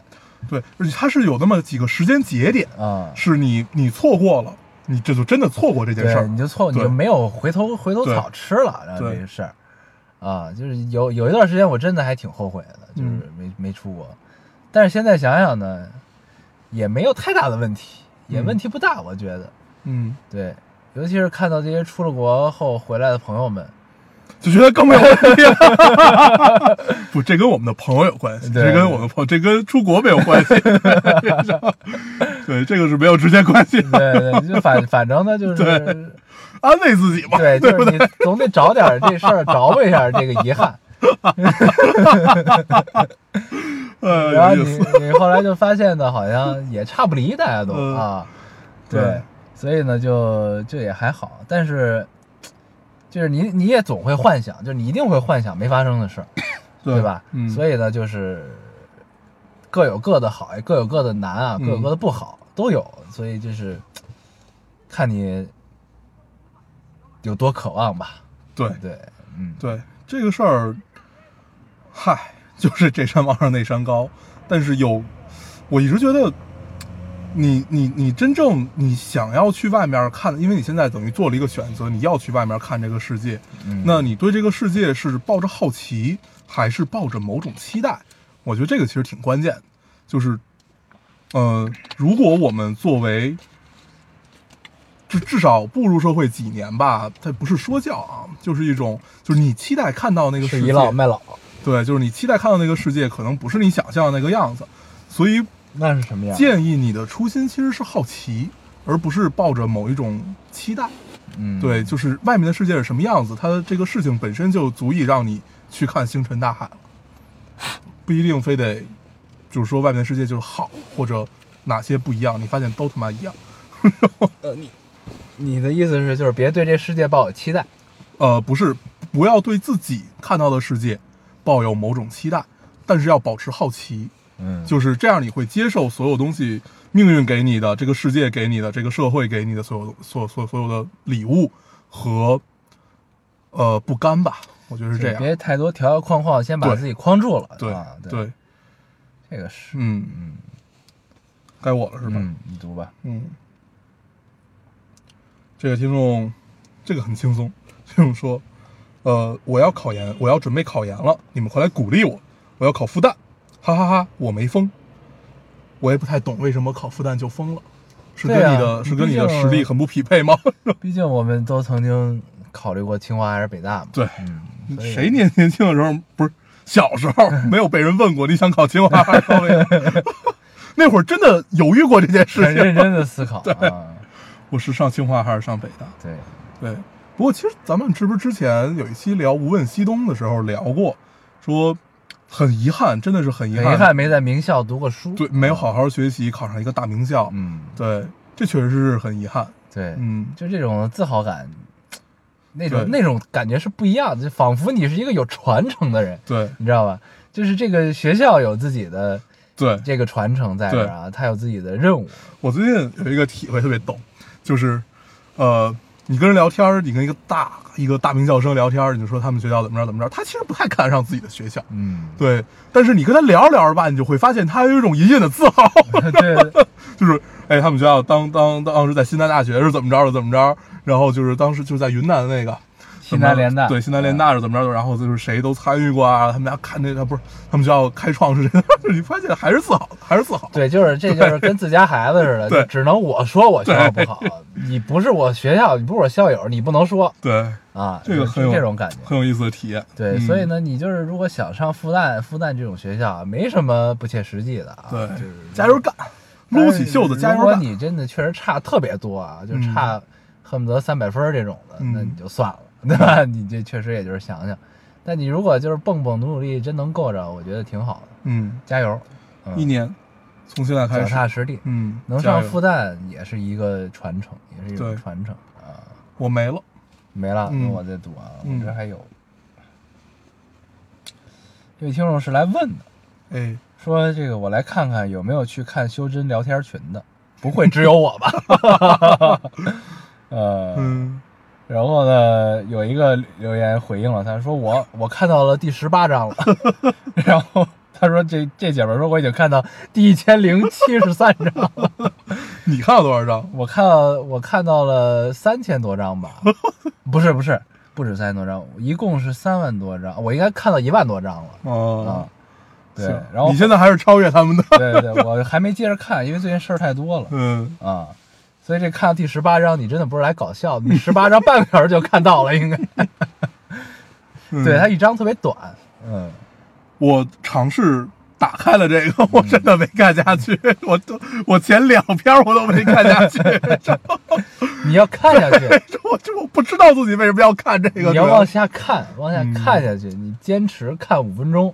Speaker 4: 对，而且它是有那么几个时间节点，
Speaker 3: 啊。
Speaker 4: 是你你错过了，你这就真的错过这件事
Speaker 3: 对，
Speaker 4: 儿
Speaker 3: 你。就错，你就
Speaker 4: 对
Speaker 3: 没有回头回头
Speaker 4: 对
Speaker 3: 草吃了，然后这
Speaker 4: 对
Speaker 3: 个事儿，啊，就是有有一段时间我真的还挺后悔的，就是
Speaker 4: 嗯
Speaker 3: 没、没出国，但是现在想想呢，也没有太大的问题，也
Speaker 4: 嗯
Speaker 3: 问题不大，我觉得，
Speaker 4: 嗯
Speaker 3: 对，尤其是看到这些出了国后回来的朋友们，
Speaker 4: 就觉得更没有问题了。 不，这跟我们的朋友有关系，
Speaker 3: 对
Speaker 4: 这跟我们朋友，这跟出国没有 关系。对，这个是没有直接关系的，
Speaker 3: 对对，就反反正呢就是
Speaker 4: 对安慰自己嘛，
Speaker 3: 对，
Speaker 4: 对
Speaker 3: 就
Speaker 4: 不
Speaker 3: 是
Speaker 4: 对？
Speaker 3: 你总得找点儿这事儿着吧一下这个遗憾。
Speaker 4: 呃，
Speaker 3: 然后
Speaker 4: 有意
Speaker 3: 你
Speaker 4: 思。
Speaker 3: 你后来就发现呢，好像也差不离，大家都、
Speaker 4: 嗯
Speaker 3: 啊，
Speaker 4: 对
Speaker 3: 对，所以呢就就也还好，但是就是你你也总会幻想，就是你一定会幻想没发生的 事儿，
Speaker 4: 对
Speaker 3: 吧？
Speaker 4: 嗯
Speaker 3: 所以呢就是各有各的好，也各有各的难啊，各有
Speaker 4: 嗯
Speaker 3: 各的不好、都有，所以就是看你有多渴望吧。
Speaker 4: 对
Speaker 3: 对，嗯，
Speaker 4: 对，这个事儿，嗨，就是这山望上那山高，但是有，我一直觉得。你你你真正你想要去外面看，因为你现在等于做了一个选择，你要去外面看这个世界，
Speaker 3: 嗯
Speaker 4: 那你对这个世界是抱着好奇，还是抱着某种期待？我觉得这个其实挺关键的，就是，呃，如果我们作为，至至少步入社会几年吧，它不是说教啊，就是一种，就是你期待看到那个世
Speaker 3: 是
Speaker 4: 界，
Speaker 3: 倚老卖老，
Speaker 4: 对，就是你期待看到那个世界，可能不是你想象的那个样子，所以
Speaker 3: 那是什么样？
Speaker 4: 建议你的初心其实是好奇，而不是抱着某一种期待。
Speaker 3: 嗯，
Speaker 4: 对，就是外面的世界是什么样子，它这个事情本身就足以让你去看星辰大海了，不一定非得就是说外面的世界就是好或者哪些不一样，你发现都他妈一样。
Speaker 3: 你的意思是，就是别对这世界抱有期待。
Speaker 4: 呃，不是，不要对自己看到的世界抱有某种期待，但是要保持好奇，
Speaker 3: 嗯
Speaker 4: 就是这样，你会接受所有东西，命运给你的，这个世界给你的，这个社会给你的所有所所所有的礼物和呃不甘吧，我觉得是这样。
Speaker 3: 别太多条条框框，先把
Speaker 4: 对
Speaker 3: 自己框住了。
Speaker 4: 对、
Speaker 3: 啊、对，
Speaker 4: 对，
Speaker 3: 这个是
Speaker 4: 嗯，
Speaker 3: 嗯
Speaker 4: 该我了是吧？
Speaker 3: 嗯，你读吧。
Speaker 4: 嗯，这个听众，这个很轻松。 听众说，呃，我要考研，我要准备考研了，你们快来鼓励我，我要考复旦，哈哈哈我没疯。我也不太懂为什么考复旦就疯了，是跟
Speaker 3: 对啊
Speaker 4: 你的、是跟你的
Speaker 3: 毕竟
Speaker 4: 实力很不匹配吗？
Speaker 3: 毕竟我们都曾经考虑过清华还是北大嘛。
Speaker 4: 对，
Speaker 3: 嗯，所以
Speaker 4: 谁年年轻的时候不是小时 候没有被人问过你想考清华 还是考北大？ 那会儿真的犹豫过这件事
Speaker 3: 很认
Speaker 4: 情，
Speaker 3: 真的思考。 啊，
Speaker 4: 我是上清华还是上北大？
Speaker 3: 对，
Speaker 4: 对，不过其实咱们是不是之前有一期聊《无问西东》的时候聊过，说很遗憾，真的是很遗
Speaker 3: 很
Speaker 4: 憾，
Speaker 3: 遗憾没在名校读过书。
Speaker 4: 对，没有好好学习，考上一个大名校，
Speaker 3: 嗯，
Speaker 4: 对，这确实是很遗憾，
Speaker 3: 对，
Speaker 4: 嗯，
Speaker 3: 就这种自豪感，那种
Speaker 4: 对
Speaker 3: 那种感觉是不一样的，就仿佛你是一个有传承的人，
Speaker 4: 对
Speaker 3: 你知道吧？就是这个学校有自己的
Speaker 4: 对，
Speaker 3: 这个传承在这儿啊，他有自己的任务。
Speaker 4: 我最近有一个体会特别逗，就是，呃，你跟人聊天儿，你跟一个大一个大名校生聊天儿，你就说他们学校怎么着怎么着，他其实不太看得上自己的学校，
Speaker 3: 嗯，
Speaker 4: 对，但是你跟他聊着聊着吧，你就会发现他有一种隐隐的自豪。
Speaker 3: 对，
Speaker 4: 就是哎，他们学校当当当时在西南大学是怎么着的怎么着，然后就是当时就在云南那个
Speaker 3: 西南联大， 嗯
Speaker 4: 对西南联大是怎么着的，然后就是谁都参与过啊，他们家看那个不是他们学校开创是谁， 你发现还是自豪，还是自豪，
Speaker 3: 对，就是这就是跟自家孩子似 的，
Speaker 4: 对
Speaker 3: 就只能我说我学校不好，你不是我学校，你不是我校友，你不能说
Speaker 4: 对，
Speaker 3: 啊，
Speaker 4: 这
Speaker 3: 就
Speaker 4: 个很有
Speaker 3: 这种感觉。
Speaker 4: 很有意思的体验。
Speaker 3: 对，
Speaker 4: 嗯
Speaker 3: 所以，呢，你就是如果想上复旦，复旦这种学校啊没什么不切实际的啊，
Speaker 4: 对
Speaker 3: 就是，
Speaker 4: 加油干，撸起袖子
Speaker 3: 但是
Speaker 4: 加
Speaker 3: 如
Speaker 4: 油
Speaker 3: 果
Speaker 4: 干，
Speaker 3: 你真的确实差特别多啊，就差恨不得三百分儿这种的，
Speaker 4: 嗯
Speaker 3: 那你就算了，对吧？ 你这确实也就是想想。但你如果就是蹦蹦努努力，真能够着，我觉得挺好的，
Speaker 4: 嗯，
Speaker 3: 加油！嗯
Speaker 4: 一年从现在开
Speaker 3: 脚踏
Speaker 4: 始，
Speaker 3: 实地，
Speaker 4: 嗯，
Speaker 3: 能
Speaker 4: 加
Speaker 3: 上
Speaker 4: 油
Speaker 3: 复旦也是一个传承，也是一种
Speaker 4: 对
Speaker 3: 传承啊。
Speaker 4: 我没了，
Speaker 3: 没了，
Speaker 4: 嗯
Speaker 3: 那我再读啊，
Speaker 4: 嗯
Speaker 3: 我这还有。这位听众是来问的，
Speaker 4: 哎，
Speaker 3: 说这个我来看看有没有去看修真聊天群的，不会只有我吧？ 呃，
Speaker 4: 嗯，
Speaker 3: 然后呢，有一个留言回应了，他说我我看到了第十八章了， 然后他说这这姐们儿说我已经看到第一千零七十三章了，
Speaker 4: 你看了多少张？
Speaker 3: 我看到我看到了三千多章 吧，不是不是不止三千多章，一共是三万多章，我应该看到一万多章了
Speaker 4: 哦
Speaker 3: 啊，。对
Speaker 4: 行，
Speaker 3: 然后
Speaker 4: 你现在还是超越他们的，
Speaker 3: 对对，我还没接着看，因为最近事儿太 多了。
Speaker 4: 嗯，
Speaker 3: 啊、所以这 看到第十八章，你真的不是来搞笑，你十八章半个小时就看到了，应该。
Speaker 4: 嗯
Speaker 3: 对，它一张特别短，嗯，
Speaker 4: 我尝试打开了这个，我 真的没看下去， 我都我前两篇我都没看下去， 嗯
Speaker 3: 你要看下去，
Speaker 4: 我就我不知道自己为什么要看 这个。
Speaker 3: 你要
Speaker 4: 对
Speaker 3: 往下看，往下
Speaker 4: 嗯
Speaker 3: 看下去，你坚持看五分 钟，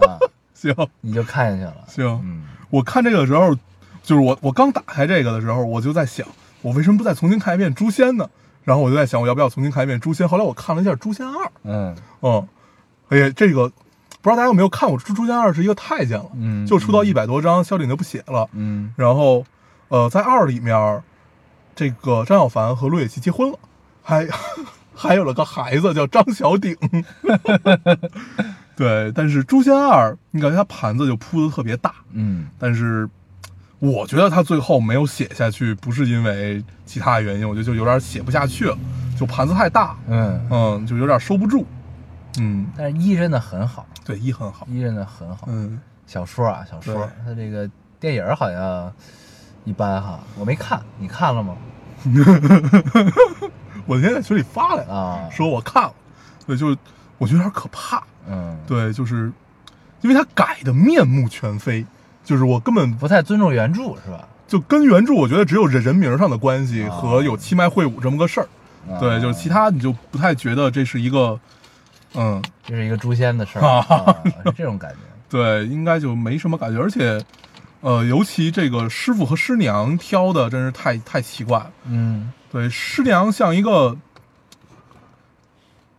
Speaker 3: 啊，
Speaker 4: 行
Speaker 3: 你就看下去了。
Speaker 4: 行，
Speaker 3: 嗯，
Speaker 4: 我看这个的时候，就是我我刚打开这个的时候，我就在想，我为什么不再重新看一遍《诛仙》呢？然后我就在想，我要不要重新看一遍《诛仙》？后来我看了一下《诛仙二》，
Speaker 3: 嗯
Speaker 4: 嗯，哎呀，这个不知道大家有没有看过《诛诛仙二》是一个太监了，
Speaker 3: 嗯
Speaker 4: 就出到一百多章，萧鼎就不写了。
Speaker 3: 嗯
Speaker 4: 然后，呃，在二里面，这个张小凡和陆野琪结婚了，还 还有了个孩子叫张小鼎。 对，但是《诛仙二》，你感觉他盘子就铺的特别大，
Speaker 3: 嗯
Speaker 4: 但是我觉得他最后没有写下去，不是因为其他原因，我觉得就有点写不下去了，就盘子太大，
Speaker 3: 嗯，
Speaker 4: 嗯，就有点收不住。嗯，
Speaker 3: 但是一真的很好，
Speaker 4: 对，一很好，
Speaker 3: 一真的很好。
Speaker 4: 嗯，
Speaker 3: 小说啊，小说
Speaker 4: 对，
Speaker 3: 它这个电影好像一般哈，我没看，你看了吗？
Speaker 4: 我那天在群里发来了，
Speaker 3: 啊，
Speaker 4: 说我看了，对，就是我觉得有点可怕，
Speaker 3: 嗯，，
Speaker 4: 对，就是因为他改的面目全非，就是我根本
Speaker 3: 不太尊重原著是吧？
Speaker 4: 就跟原著，我觉得只有人人名上的关系
Speaker 3: 啊
Speaker 4: 和有七脉会武这么个事儿，
Speaker 3: 啊
Speaker 4: 对，就是其他你就不太觉得这是一个，嗯，
Speaker 3: 这是一个诛仙的事儿，
Speaker 4: 啊
Speaker 3: 啊是这种感觉。
Speaker 4: 对，应该就没什么感觉，而且，呃，尤其这个师傅和师娘挑的真是太太奇怪了，
Speaker 3: 嗯，
Speaker 4: 对，师娘像一个。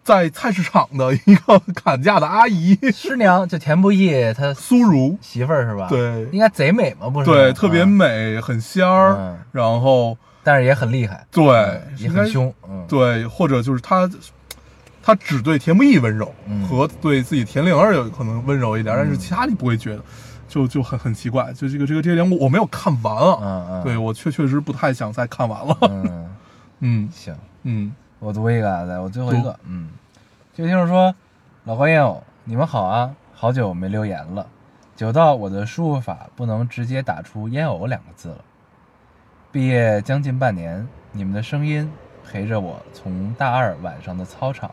Speaker 4: 在菜市场的一个 砍价的阿姨，
Speaker 3: 师娘就田不易他
Speaker 4: 苏如，
Speaker 3: 媳妇儿是吧？
Speaker 4: 对
Speaker 3: 应该贼美嘛，不是？
Speaker 4: 对，特别
Speaker 3: 啊，
Speaker 4: 美，很仙儿，
Speaker 3: 嗯
Speaker 4: 然后
Speaker 3: 但是也很厉害，
Speaker 4: 对
Speaker 3: 嗯，也
Speaker 4: 应该
Speaker 3: 很凶，嗯，
Speaker 4: 对，或者就是他，他只对田不易温柔，
Speaker 3: 嗯
Speaker 4: 和对自己田灵儿有可能温柔一点，但是其他你不会觉得，就就很很奇怪，就这个这个这两我我没有看完啊，
Speaker 3: 嗯嗯，
Speaker 4: 对我确确实不太想再看完了，
Speaker 3: 嗯，
Speaker 4: 嗯
Speaker 3: 行，
Speaker 4: 嗯，
Speaker 3: 我读一个啊，来，我最后一个，嗯，这个听众说，老花烟友，你们好啊，好久没留言了，久到我的输入法不能直接打出“烟偶”两个字了。毕业将近半年，你们的声音陪着我从大二晚上的操场，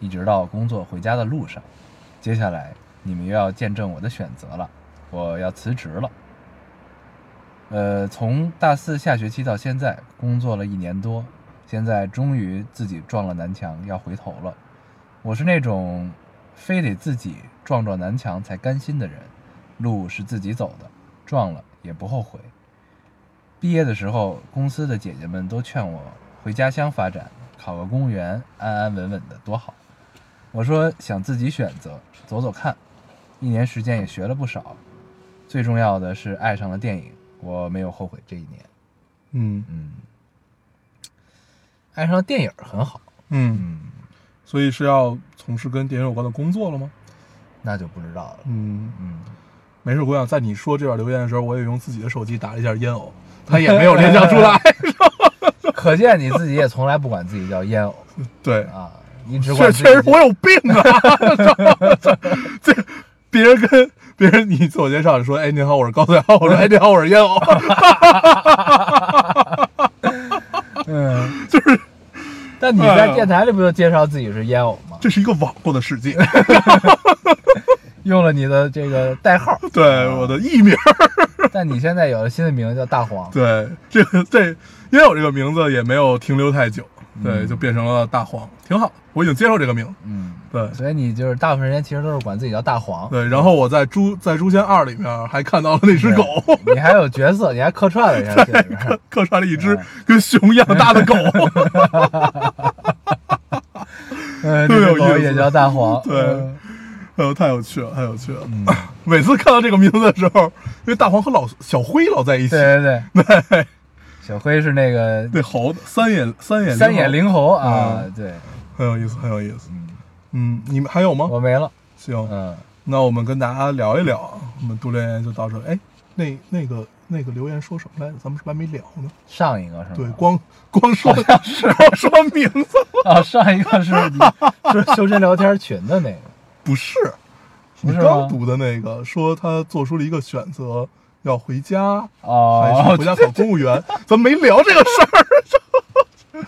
Speaker 3: 一直到工作回家的路上。接下来你们又要见证我的选择了，我要辞职了。呃，从大四下学期到现在，工作了一年多，现在终于自己撞了南墙，要回头了。我是那种非得自己撞撞南墙才甘心的人，路是自己走的，撞了也不后悔。毕业的时候，公司的姐姐们都劝我回家乡发展，考个公务员，安安稳稳的多好。我说想自己选择，走走看。一年时间也学了不少，最重要的是爱上了电影，我没有后悔这一年。
Speaker 4: 嗯
Speaker 3: 嗯，爱上了电影很好。
Speaker 4: 嗯，
Speaker 3: 嗯，
Speaker 4: 所以是要从事跟电影有关的工作了吗？
Speaker 3: 那就不知道了。
Speaker 4: 嗯，
Speaker 3: 嗯，
Speaker 4: 没事，姑娘，在你说这段留言的时候，我也用自己的手机打了一下烟偶，他也没有联想出来，
Speaker 3: 可见你自己也从来不管自己叫烟偶
Speaker 4: 对，
Speaker 3: 啊，你只管
Speaker 4: 确
Speaker 3: 自己
Speaker 4: 确实我有病啊！ 这别人跟别人你自我介绍说，哎，您好，我是高最浩，我说，哎，您好，我是烟偶，
Speaker 3: 嗯，就是。但你
Speaker 4: 哎
Speaker 3: 在电台里不就介绍自己是烟偶吗？
Speaker 4: 这是一个网络的世界，
Speaker 3: 用了你的这个代号，
Speaker 4: 对我的艺名，
Speaker 3: 但你现在有了新的名字叫大黄。
Speaker 4: 对这个这烟偶这个名字也没有停留太久，对，就变成了大黄，挺好，我已经接受这个名，
Speaker 3: 嗯，
Speaker 4: 对
Speaker 3: 所以你就是大部分人其实都是管自己叫大黄。
Speaker 4: 对，然后我在《诛在《诛仙二》里面还看到了那只狗，
Speaker 3: 你还有角色，你还客串了一下这里边。
Speaker 4: 客串了一只跟熊一样大 的狗，
Speaker 3: 嗯，
Speaker 4: 特
Speaker 3: 这个
Speaker 4: 有
Speaker 3: 狗
Speaker 4: 意思
Speaker 3: 也叫大黄。
Speaker 4: 对
Speaker 3: 嗯
Speaker 4: 哎呦，太有趣了，太有趣了。
Speaker 3: 嗯
Speaker 4: 每次看到这个名字的时候，因为大黄和老小灰老在一起，
Speaker 3: 对对对， 小辉是那个
Speaker 4: 那猴子三眼三眼
Speaker 3: 三眼
Speaker 4: 灵嗯
Speaker 3: 灵猴啊，对，
Speaker 4: 猴，很有意思，很有意思。
Speaker 3: 嗯，
Speaker 4: 嗯，你们还有吗？
Speaker 3: 我没了，
Speaker 4: 行，
Speaker 3: 嗯，
Speaker 4: 那我们跟大家聊一聊啊，我们读留言就到这儿。哎，那那个那个留言说什么来着？咱们是不是还没聊呢？
Speaker 3: 上一个是吗？
Speaker 4: 对， 光光说 光说名字，
Speaker 3: 啊，上一个是 你是修真聊天群的那个，
Speaker 4: 不是，
Speaker 3: 不
Speaker 4: 你
Speaker 3: 是
Speaker 4: 刚
Speaker 3: 吗
Speaker 4: 读的那个说他做出了一个选择，要回家。还
Speaker 3: 哦
Speaker 4: 是，回家考公务员， 咱没聊这个事儿，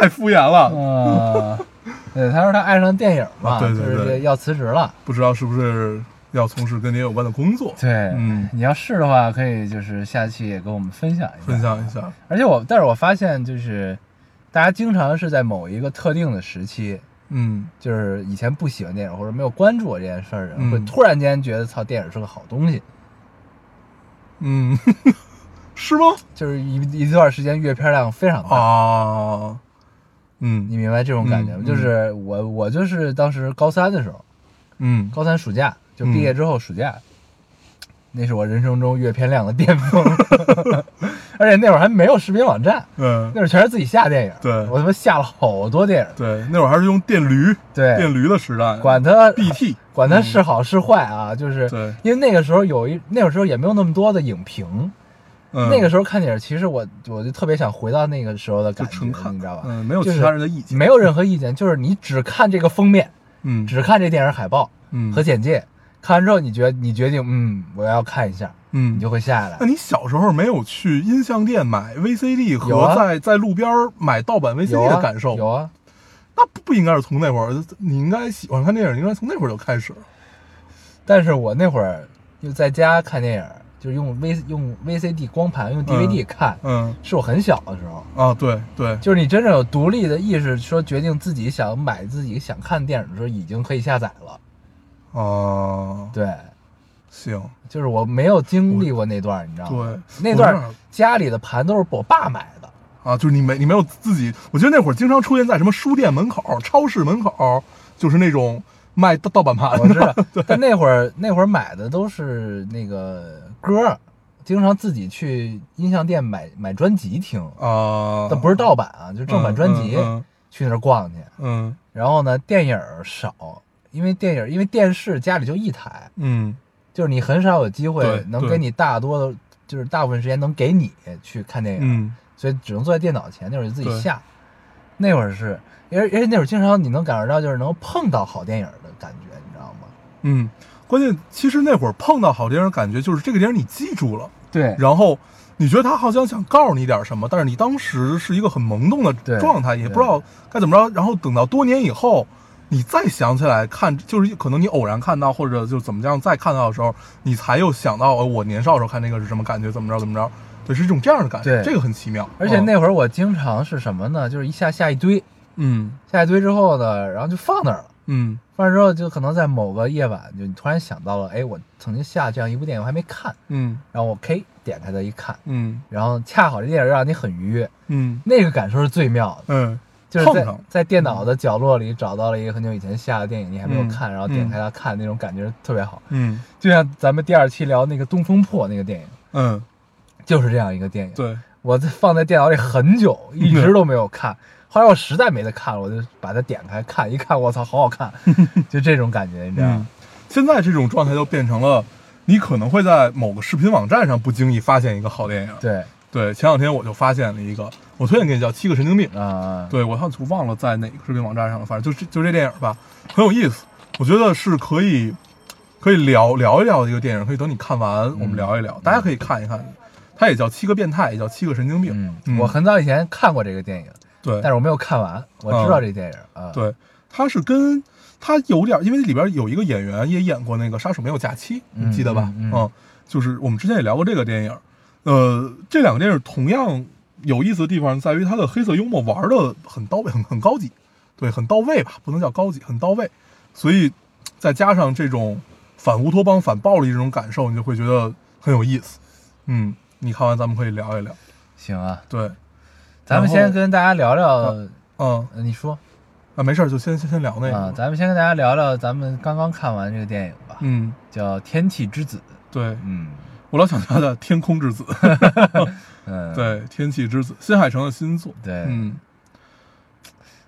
Speaker 4: 太敷衍了。
Speaker 3: 啊， 对，他说他爱上电影嘛，
Speaker 4: 啊对对
Speaker 3: 就是
Speaker 4: 对
Speaker 3: 要辞职了。
Speaker 4: 不知道是不是要从事跟您有关的工作，
Speaker 3: 对，
Speaker 4: 嗯
Speaker 3: 你要是的话，可以就是下期也跟我们分享一下。
Speaker 4: 分享一下。
Speaker 3: 而且我，但是我发现就是，大家经常是在某一个特定的时期，
Speaker 4: 嗯，
Speaker 3: 就是以前不喜欢电影或者没有关注过这件事儿的人，
Speaker 4: 嗯
Speaker 3: 会突然间觉得操，电影是个好东西。
Speaker 4: 嗯，是吗？
Speaker 3: 就是一一段时间阅片量非常大，
Speaker 4: 啊，
Speaker 3: 你
Speaker 4: 嗯
Speaker 3: 明白这种感觉吗？
Speaker 4: 嗯嗯
Speaker 3: 就是我我就是当时高三的时候，
Speaker 4: 嗯，
Speaker 3: 高三暑假就
Speaker 4: 嗯
Speaker 3: 毕业之后暑假，那是我人生中阅片量的巅峰， 而且那会儿还没有视频网站。
Speaker 4: 嗯
Speaker 3: 那，会儿全是自己下电影，
Speaker 4: 对
Speaker 3: 我他妈下了好多电影，
Speaker 4: 对，那会儿还是用电驴，
Speaker 3: 对，
Speaker 4: 电驴的时代，
Speaker 3: 管它
Speaker 4: BT，
Speaker 3: 管它是好是坏啊，就是
Speaker 4: 对
Speaker 3: 因为那个时候有一那个时候也没有那么多的影评，
Speaker 4: 嗯，
Speaker 3: 那个时候看电影，其实我我就特别想回到那个时候的
Speaker 4: 就
Speaker 3: 感觉，
Speaker 4: 纯看，
Speaker 3: 你知道吧？
Speaker 4: 嗯，没有
Speaker 3: 就是
Speaker 4: 其他人的意见，
Speaker 3: 没有任何意见，就是你只看这个封面，
Speaker 4: 嗯，
Speaker 3: 只看这电影海报
Speaker 4: 嗯
Speaker 3: 和简介，看完之后你决你决定，嗯，我要看一下，
Speaker 4: 嗯，
Speaker 3: 你就会下来
Speaker 4: 那。你小时候没有去音像店买 VCD
Speaker 3: 有
Speaker 4: 和
Speaker 3: 啊
Speaker 4: 在、在路边儿买盗版
Speaker 3: 有
Speaker 4: VCD
Speaker 3: 啊
Speaker 4: 的感受？
Speaker 3: 有啊，
Speaker 4: 那不不应该是从那会儿，你应该喜欢看电影，应该从那会儿就开始。
Speaker 3: 但是我那会儿又在家看电影，就是用 V 用 VCD 光盘用 DVD 看，
Speaker 4: 嗯，
Speaker 3: 是我很小的时候。
Speaker 4: 啊，对对，
Speaker 3: 就是你真正有独立的意识，说决定自己想买自己想看电影的时候，已经可以下载了。
Speaker 4: 啊，
Speaker 3: 对，
Speaker 4: 行，
Speaker 3: 就是我没有经历过那段，你知道吗？
Speaker 4: 对
Speaker 3: 啊那
Speaker 4: 我
Speaker 3: 段
Speaker 4: 是
Speaker 3: 家里的盘都是我爸买的，
Speaker 4: 啊，就是你没你没有自己，我觉得那会儿经常出现在什么书店门口、超市门口，就是那种卖盗盗版盘
Speaker 3: 我知
Speaker 4: 的。
Speaker 3: 道。但那会儿那会儿买的都是那个歌，经常自己去音像店买买专辑听，
Speaker 4: 啊，
Speaker 3: 但不是盗版啊，就是正版专辑，
Speaker 4: 嗯
Speaker 3: 去那儿逛去。
Speaker 4: 嗯
Speaker 3: 然后呢，电影儿少，因为电影儿因为电视家里就一台，
Speaker 4: 嗯
Speaker 3: 就是你很少有机会
Speaker 4: 对
Speaker 3: 能
Speaker 4: 对
Speaker 3: 给你大多的，就是大部分时间能给你去看电
Speaker 4: 嗯
Speaker 3: 影，
Speaker 4: 嗯，
Speaker 3: 所以只能坐在电脑前，那会儿就自己
Speaker 4: 对
Speaker 3: 下。那会儿是，而而且那会儿经常你能感受到就是能碰到好电影的感觉，你知道吗？
Speaker 4: 嗯，关键其实那会儿碰到好电影，感觉就是这个电影你记住了，
Speaker 3: 对
Speaker 4: 然后你觉得他好像想告诉你点什么，但是你当时是一个很懵懂
Speaker 3: 对
Speaker 4: 的状态，也
Speaker 3: 对
Speaker 4: 不知道该怎么着。然后等到多年以后，你再想起来看，就是可能你偶然看到，或者就怎么样再看到的时候，你才又想到，哦，我年少时候看那个是什么感觉，怎么着怎么着。对，是一种这样的感觉，
Speaker 3: 对
Speaker 4: 这个很奇妙。
Speaker 3: 而且那会儿我经常是什么呢？就是一下下一堆，
Speaker 4: 嗯
Speaker 3: 下一堆之后呢，然后就放那儿了。
Speaker 4: 嗯
Speaker 3: 放那儿之后，就可能在某个夜晚，就你突然想到了，哎，我曾经下这样一部电影，我还没看，
Speaker 4: 嗯
Speaker 3: 然后我 K 点开它一看，
Speaker 4: 嗯
Speaker 3: 然后恰好这电影让你很愉悦，
Speaker 4: 嗯
Speaker 3: 那个感受是最妙的。
Speaker 4: 嗯
Speaker 3: 就是
Speaker 4: 碰
Speaker 3: 在
Speaker 4: 上
Speaker 3: 在电脑的角落里找到了一个很久以前下的电影，你还没有
Speaker 4: 嗯
Speaker 3: 看，然后
Speaker 4: 嗯
Speaker 3: 点开它看，那种感觉特别好。
Speaker 4: 嗯
Speaker 3: 就像咱们第二期聊那个《东风破》那个电影，
Speaker 4: 嗯，
Speaker 3: 就是这样一个电影。，
Speaker 4: 对，
Speaker 3: 我在放在电脑里很久，一直都没有 看。后来我实在没得看了，我就把它点开看，一看，我操，好好 看，就这种感觉，你知道
Speaker 4: 嗯
Speaker 3: 吗？，
Speaker 4: 现在这种状态就变成了，你可能会在某个视频网站上不经意发现一个好电影。
Speaker 3: 对，
Speaker 4: 对，前两天我就发现了一个，我推荐给你叫《七个神经病》。
Speaker 3: 啊、
Speaker 4: 对，我好像就忘了在哪个视频网站上了，反正就这就这电影吧，很有意思。我觉得是可以可以聊聊一聊的一个电影，可以等你看完我
Speaker 3: 嗯
Speaker 4: 们聊一聊，大家可以看一看。它也叫《七个变态》，也叫《七个神经病》。
Speaker 3: 嗯，我很早以前看过这个电影，
Speaker 4: 对嗯
Speaker 3: 但是我没有看完，我知道这电影啊。，
Speaker 4: 对，它是跟它有点，因为里边有一个演员也演过那个《杀手没有假期》，
Speaker 3: 嗯
Speaker 4: 你记得吧？
Speaker 3: 嗯嗯
Speaker 4: 就是我们之前也聊过这个电影。呃，这两个电影同样有意思的地方在于它的黑色幽默玩的很到位，很很高级，对，很到位吧，不能叫高级，很到位。所以再加上这种反乌托邦、反暴力这种感受，你就会觉得很有意思。嗯，你看完咱们可以聊一聊。
Speaker 3: 行啊，
Speaker 4: 对，
Speaker 3: 咱们
Speaker 4: 然
Speaker 3: 先
Speaker 4: 后
Speaker 3: 跟大家聊聊，
Speaker 4: 嗯
Speaker 3: 呃你说。
Speaker 4: 啊，没事儿，就先先先聊那个。
Speaker 3: 啊，咱们先跟大家聊聊咱们刚刚看完这个电影吧，
Speaker 4: 嗯，
Speaker 3: 叫《天气之子》。
Speaker 4: 对，
Speaker 3: 嗯
Speaker 4: 我老想叫他天 空之子，
Speaker 3: 嗯，
Speaker 4: 对，天气之子，新海诚的新作，
Speaker 3: 对
Speaker 4: 嗯，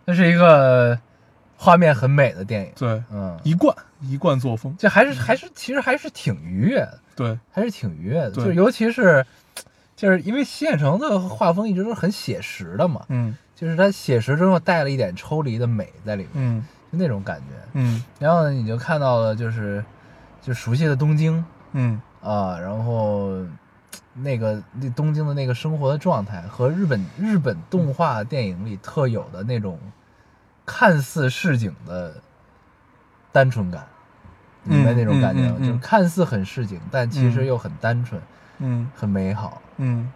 Speaker 3: 这是一个画面很美的电影。
Speaker 4: 对，
Speaker 3: 嗯，
Speaker 4: 一贯一贯作风，
Speaker 3: 这还是还是其实还是挺愉悦的，
Speaker 4: 对，
Speaker 3: 还是挺愉悦的。
Speaker 4: 对
Speaker 3: 就是尤其是就是因为新海诚的画风一直都是很写实的嘛，
Speaker 4: 嗯
Speaker 3: 就是它写实之后带了一点抽离的美在里面，
Speaker 4: 嗯
Speaker 3: 就那种感觉。
Speaker 4: 嗯
Speaker 3: 然后呢，你就看到了就是就熟悉的东京，
Speaker 4: 嗯
Speaker 3: 啊，然后那个那东京的那个生活的状态和日本日本动画电影里特有的那种看似市井的单纯感，你明白那种感觉吗？
Speaker 4: 嗯嗯嗯嗯
Speaker 3: 就是看似很市井，但其实
Speaker 4: 嗯
Speaker 3: 又很单纯、
Speaker 4: 嗯
Speaker 3: 很美好
Speaker 4: 嗯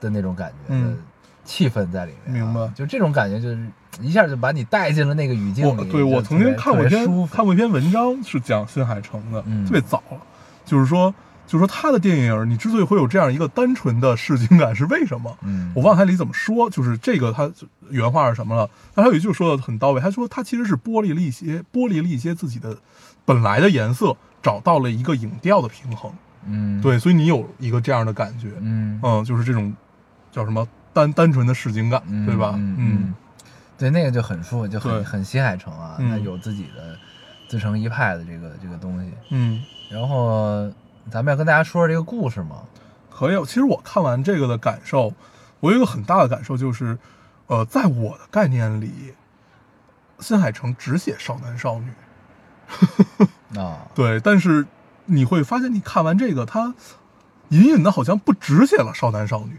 Speaker 3: 的那种感觉的
Speaker 4: 嗯
Speaker 3: 气氛在里面、啊。
Speaker 4: 明白
Speaker 3: 就这种感觉，就是一下就把你带进了那个语境
Speaker 4: 我
Speaker 3: 里。
Speaker 4: 对我
Speaker 3: 就
Speaker 4: 曾
Speaker 3: 特
Speaker 4: 经
Speaker 3: 别
Speaker 4: 看过
Speaker 3: 特
Speaker 4: 一
Speaker 3: 别舒
Speaker 4: 篇
Speaker 3: 服
Speaker 4: 看过一篇文章，是讲新海诚的，
Speaker 3: 嗯
Speaker 4: 特别早了，就是说就是说他的电影，你之所以会有这样一个单纯的市井感，是为什么？
Speaker 3: 嗯，
Speaker 4: 我忘了他里怎么说，就是这个他原话是什么了。但他有一句说的很到位，他说他其实是剥离了一些剥离了一些自己的本来的颜色，找到了一个影调的平衡。
Speaker 3: 嗯，
Speaker 4: 对，所以你有一个这样的感觉，
Speaker 3: 嗯，
Speaker 4: 嗯，就是这种叫什么单单纯的市井感，
Speaker 3: 嗯，
Speaker 4: 对吧？
Speaker 3: 嗯嗯，对，那个就很舒服，就很
Speaker 4: 对
Speaker 3: 很新海诚啊，
Speaker 4: 嗯
Speaker 3: 他有自己的自成一派的这个这个东西。
Speaker 4: 嗯，
Speaker 3: 然后咱们要跟大家说说这个故事嘛，
Speaker 4: 可以。其实我看完这个的感受，我有一个很大的感受就是，呃，在我的概念里，新海诚只写少男少女，
Speaker 3: 啊，
Speaker 4: 对，但是你会发现，你看完这个，他隐隐的好像不只写了少男少女，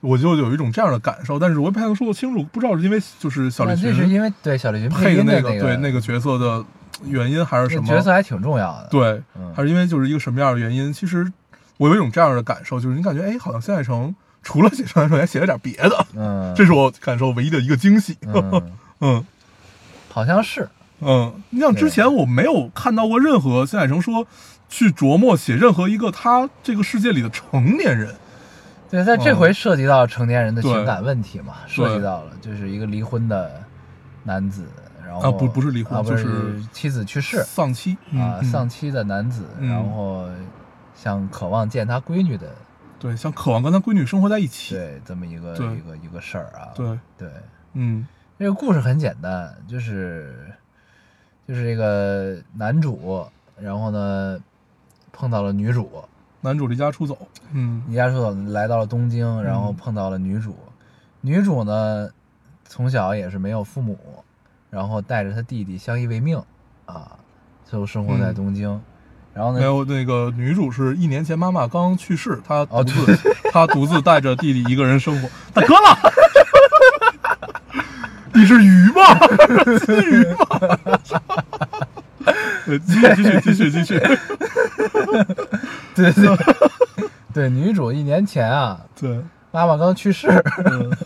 Speaker 4: 我就有一种这样的感受，但是我也不太能说得清楚，不知道是因为就是小
Speaker 3: 那
Speaker 4: 栗
Speaker 3: 这哦是
Speaker 4: 旬
Speaker 3: 因为对小栗旬
Speaker 4: 配
Speaker 3: 音
Speaker 4: 那
Speaker 3: 那
Speaker 4: 个对那
Speaker 3: 个
Speaker 4: 个角色的原因，还是
Speaker 3: 那
Speaker 4: 什么
Speaker 3: 角色还挺重要的，，
Speaker 4: 对，
Speaker 3: 嗯
Speaker 4: 还是因为就是一个什么样的原因？其实我有一种这样的感受，就是你感觉哎，好像新海诚除了写少男少女，还写了点别的，
Speaker 3: 嗯，
Speaker 4: 这是我感受唯一的一个惊喜。
Speaker 3: 嗯，
Speaker 4: 嗯
Speaker 3: 好像是，
Speaker 4: 嗯，你像之前我没有看到过任何新海诚说去琢磨写任何一个他这个世界里的成年人，
Speaker 3: 对，但这回涉及到成年人的情感问题嘛，涉及
Speaker 4: 对
Speaker 3: 到了，就是一个离婚的男子，然后
Speaker 4: 啊不不是离婚
Speaker 3: 啊不
Speaker 4: 就是
Speaker 3: 妻子去世
Speaker 4: 丧妻嗯
Speaker 3: 啊，丧
Speaker 4: 妻，
Speaker 3: 妻的男子，
Speaker 4: 嗯
Speaker 3: 然后想渴望见他闺女的，
Speaker 4: 对，像渴望跟他闺女生活在一起，
Speaker 3: 对，这么一个
Speaker 4: 对
Speaker 3: 一个一个事儿啊，
Speaker 4: 对，
Speaker 3: 对，
Speaker 4: 嗯
Speaker 3: 这个故事很简单，就是就是这个男主，然后呢碰到了女主，
Speaker 4: 男主离家出走，嗯
Speaker 3: 离家出走来到了东京，然后碰到了女主，女主呢从小也是没有父母，然后带着她弟弟相依为命啊，就生活在
Speaker 4: 嗯
Speaker 3: 东京，然后
Speaker 4: 没
Speaker 3: 呢。
Speaker 4: 有那个女主是一年前妈妈刚去世，她
Speaker 3: 哦
Speaker 4: 独自、 她独自带着弟弟一个人生活。大哥了， 你是鱼吗？ 金鱼吗？ 呃继续继续继续继续，
Speaker 3: 对对对， 女主一年前啊，
Speaker 4: 对，嗯
Speaker 3: 妈妈刚去世，